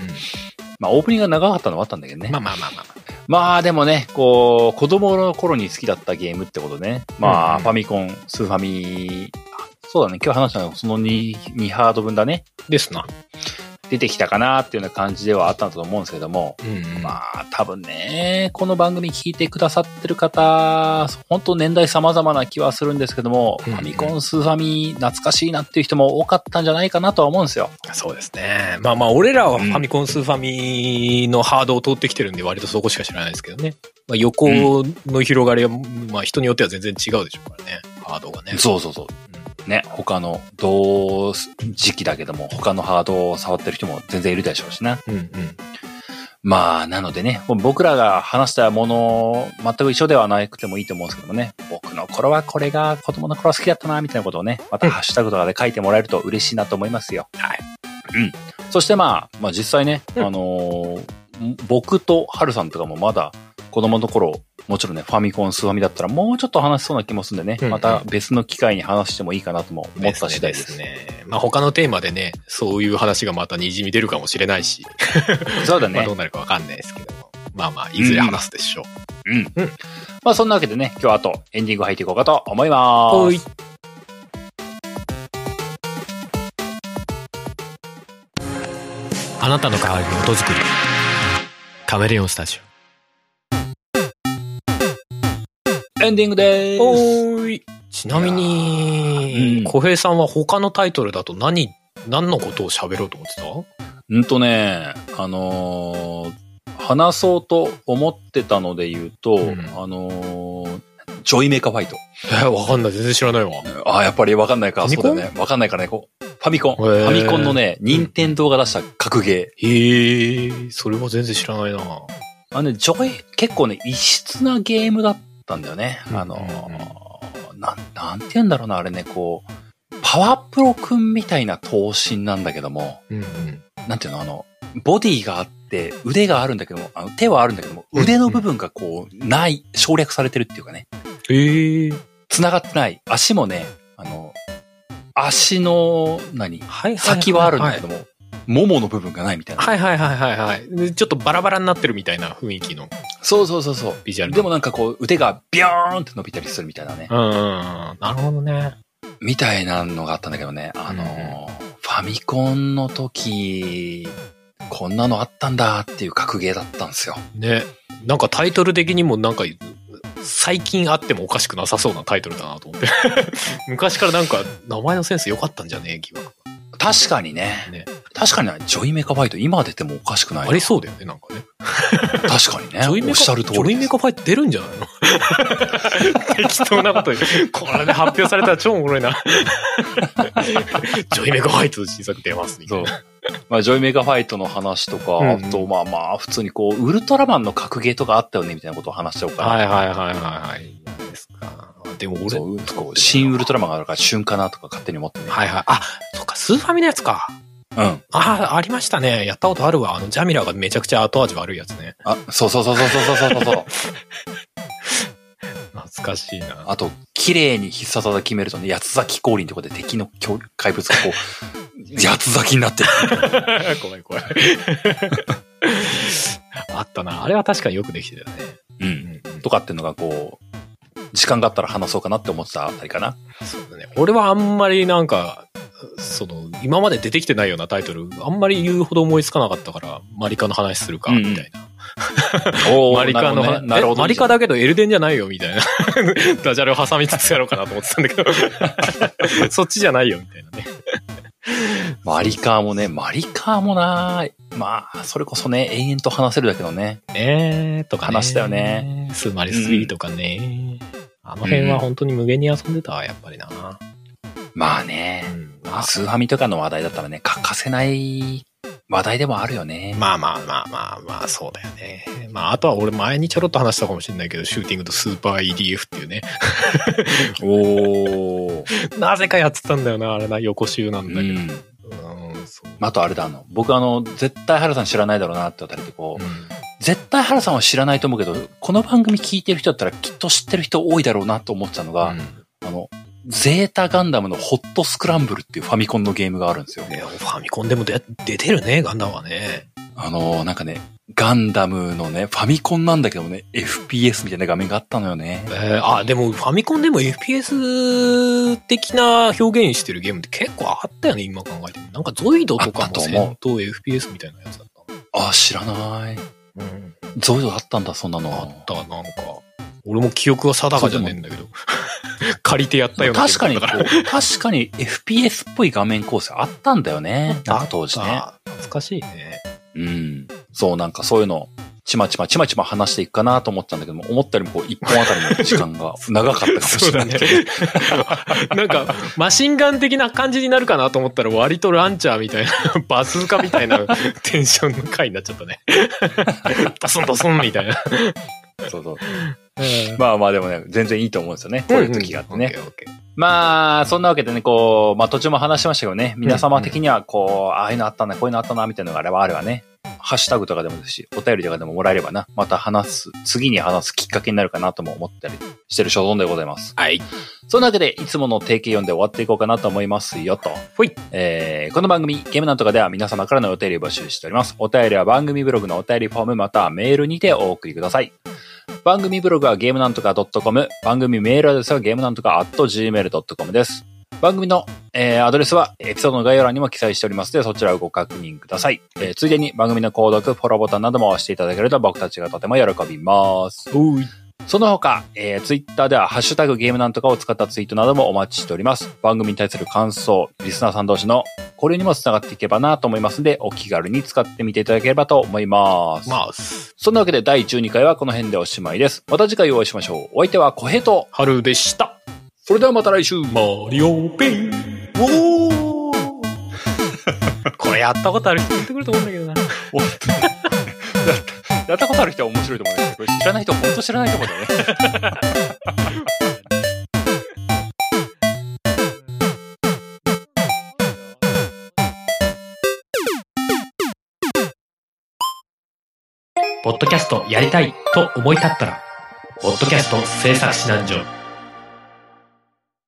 まあオープニングが長かったのはあったんだけどね。
まあまあまあまあ。
まあでもね、こう、子供の頃に好きだったゲームってことね。まあ、
うん
ファミコン、スーファミ、あそうだね、今日話したのはその 2, 2ハード分だね。
ですな。
出てきたかなっていうような感じではあったんだと思うんですけども。
うんうん。
まあ、多分ね、この番組聞いてくださってる方、本当年代様々な気はするんですけども、
うんうん
ファミコン、スーファミ、懐かしいなっていう人も多かったんじゃないかなとは思うんですよ。
そうですね。まあまあ、俺らはファミコンスーファミのハードを通ってきてるんで、割とそこしか知らないですけどね。まあ、横の広がりは、まあ人によっては全然違うでしょうからね。ハードがね。
そうそうそう。ね、他の、同時期だけども、他のハードを触ってる人も全然いるでしょうしね。
うんうん。
まあ、なのでね、僕らが話したもの、全く一緒ではなくてもいいと思うんですけどもね、僕の頃はこれが、子供の頃は好きだったな、みたいなことをね、またハッシュタグとかで書いてもらえると嬉しいなと思いますよ。
はい。
うん。そしてまあ、まあ実際ね、
うん
あのー僕とハルさんとかもまだ、子供の頃、もちろんね、ファミコン、スーファミだったらもうちょっと話しそうな気もするんでね、
うんうん
また別の機会に話してもいいかなとも思った次第です。
ね。まあ他のテーマでね、そういう話がまたにじみ出るかもしれないし、
そうだ
まあ
ね
ど。うなるかわかんないですけども。まあまあ、いずれ話すでしょう。
うん。
うん
まあそんなわけでね、今日はあとエンディング入っていこうかと思います。
はいあなたの代わりに音作り。カメレオンスタジ
エンディングで
オ。
ーす。
ーい。ちなみ
う
に
ん、
小平さんは他のタイトルだと何、何のことを喋ろうと思って
うんとね、あのー話そうと思ってたので言うと、
うん
あのージョイメーカーファイト。
たえーわかんない。全然知らないわ。
ああ、やっぱりわかんないか。
ファ
そう
ミコ
だ
ン
よね。わかんないからね。こうファミコン。フ
へー
ァミコンのね、任天堂が出した格ゲ
へえ、それは全然知らないな。
ー。あのね、ジョイ、結構ね、異質なゲームだっったんだよね。
うん
あのー、なん、なんて言うんだろうな、あれね、こう、パワープロくんみたいな頭身なんだけども、
うんうん。
なんていうの、あの、ボディがあって、腕があるんだけども、あの手はあるんだけども、腕の部分がこう、ない、省略されてるっていうかね、
ええ
繋がってない。足もね、あの、足の、何
はい
先はあるんだけども、ももの部分がないみたいな。
はいはいはいはいはいで。ちょっとバラバラになってるみたいな雰囲気の
そうそうそうそう。
ビジュアル。
でも、なんかこう、腕がビョーンって伸びたりするみたいなね
う。んうんうん。なるほどね。
みたいなのがあったんだけどね。あのー、ファミコンの時、こんなのあったんだっていう格ゲーだったんですよ。
ね。なんかタイトル的にもなんか、最近あってもおかしくなさそうなタイトルだなと思って。 昔からなんか、名前のセンス良かったんじゃねえ疑惑
確かにね。
がね。
確かにねジョイメカファイト今出てもおかしくない。
ありそうだよね、なんかね。
確かにね。
ジョイ
お
メ
っ
カ
しゃる通り
ジョイ
で
メ
す。
カファイト出るんじゃないの 適当なこと言う。これで発表されたら超おもろ いな。ジョイメカファイトの新作出ますみたい
そう
な。。
まあ、ジョイメカファイトの話とか、
うんうん
あと、まあまあ、普通にこう、ウルトラマンの格ゲーとかあったよね、みたいなことを話しちゃおうかな。
はいはいはいはいはい。いいじゃないですか。でも俺、
そう、こう、新ウルトラマンがあるから旬かなとか勝手に思ってね。
はいはい。あ、そっか、スーファミのやつか。
うん。
ああ、ありましたね。やったことあるわ。あの、ジャミラがめちゃくちゃ後味悪いやつね。
あ、そうそうそうそうそうそうそう そう。
懐かしいな。
あと、綺麗に必殺技決めるとね、八つ咲き降臨ってことで敵の強怪物がこう、八つ咲きになってる。
怖い怖い。 あったな。あれは確かによくできてたね。
うん。
うん
とかっていうのがこう、時間があったら話そうかなって思ってたあたりかな。
そうだね。俺はあんまりなんか、その、今まで出てきてないようなタイトル、あんまり言うほど思いつかなかったから、マリカの話するか、
うんうん
みたいな。
お
マリカの話、
なるほどね、
えマリカだけどエルデンじゃないよ、みたいな。 ダジャレを挟みつつやろうかなと思ってたんだけど、 そっちじゃないよ、みたいなね。
マリカーもね、マリカーもな、まあ、それこそね、延々と話せるだけどね。
ねえとかね。
話したよね。
スーマリ3とかね。あの辺は本当に無限に遊んでたわ、やっぱりな。
まあ
う
ね、
んまあ
スーファミとかの話題だったらね、欠かせない話題でもあるよね。
まあまあまあまあまあ、そうだよね。まあ、あとは俺前にちょろっと話したかもしれないけど、シューティングとスーパー EDF っていうね。
おー。
なぜかやってたんだよな、あれな、横集なんだ
う
けど。
ん。
うん、そう。
あとあれだ、あの、僕あの、絶対原さん知らないだろうなってあたりでこう、絶対原さんは知らないと思うけど、この番組聞いてる人だったらきっと知ってる人多いだろうなと思ってたのが、
うん
あの、ゼータガンダムのホットスクランブルっていうファミコンのゲームがあるんですよ。
ねファミコンでも出出てるね、ガンダムはね。
あのー、なんかね、ガンダムのね、ファミコンなんだけどもね、FPS みたいな画面があったのよね
え。ーあ、でもファミコンでも FPS 的な表現してるゲームって結構あったよね、今考えても。なんかゾイドと
あ
か
っ
も
たと思
戦闘 FPS みたいなやつだった。
あ、知らない。
うん、
ゾイドあったんだ、そんな
あ
の
っ。た、なんか。俺も記憶は定かじゃねえんだけど。借りてやったような
確かに
ゲ
こ
ームだっ
う、確かに FPS っぽい画面構成あったんだよね。なんか当時
たから
ね。
あ懐かしいね。
うん。そう、なんかそういうの、ちまちまちまちま話していくかなと思ったんだけども、思ったよりもこう、一本あたりの時間が長かったかも
そ
し
う
れな
だ
い
ね
けど。。
なんか、マシンガン的な感じになるかなと思ったら、割とランチャーみたいな、 バズーカみたい なテンションの回になっちゃったね。ダソンダソンみたいな。
そうそうまあまあでもね、全然いいと思うんですよね。こういう時があってね。
うんうんオッケーオッケー
まあ、そんなわけでね、こう、まあ途中も話しましたけどね、皆様的にはこう、ああいうのあったな、こういうのあったな、みたいなのがあればあればね、ハッシュタグとかでもですし、お便りとかでももらえればな、また話す、次に話すきっかけになるかなとも思ったりしてる所存でございます。
はい。
そんなわけで、いつもの定型読んで終わっていこうかなと思いますよと。
ほい。
えーこの番組、ゲームなんとかでは皆様からのお便りを募集しております。お便りは番組ブログのお便りフォームまたはメールにてお送りください。番組ブログはゲームなんとか .com、番組メールアドレスはゲームなんとか .gmail.com です。番組の、えーアドレスはエピソードの概要欄にも記載しておりますので、そちらをご確認ください。えーついでに番組の購読、フォローボタンなども押していただけると僕たちがとても喜びます。
おい。
その他、えー、ツイッターでは、ハッシュタグゲームなんとかを使ったツイートなどもお待ちしております。番組に対する感想、リスナーさん同士の交流にもつながっていけばなと思いますので、お気軽に使ってみていただければと思います。
マウス。
そんなわけで第12回はこの辺でおしまいです。また次回お会いしましょう。お相手は小平と、
春でした。
それではまた来週
マリオペイ。おーこれやったことある人出てくると思うんだけどな。
ややったことある人は面白いと思うんだけど、これ知らない人は本当知らないと思うんだよね。
ポッドキャストやりたいと思い立ったら、ポッドキャスト制作指南所。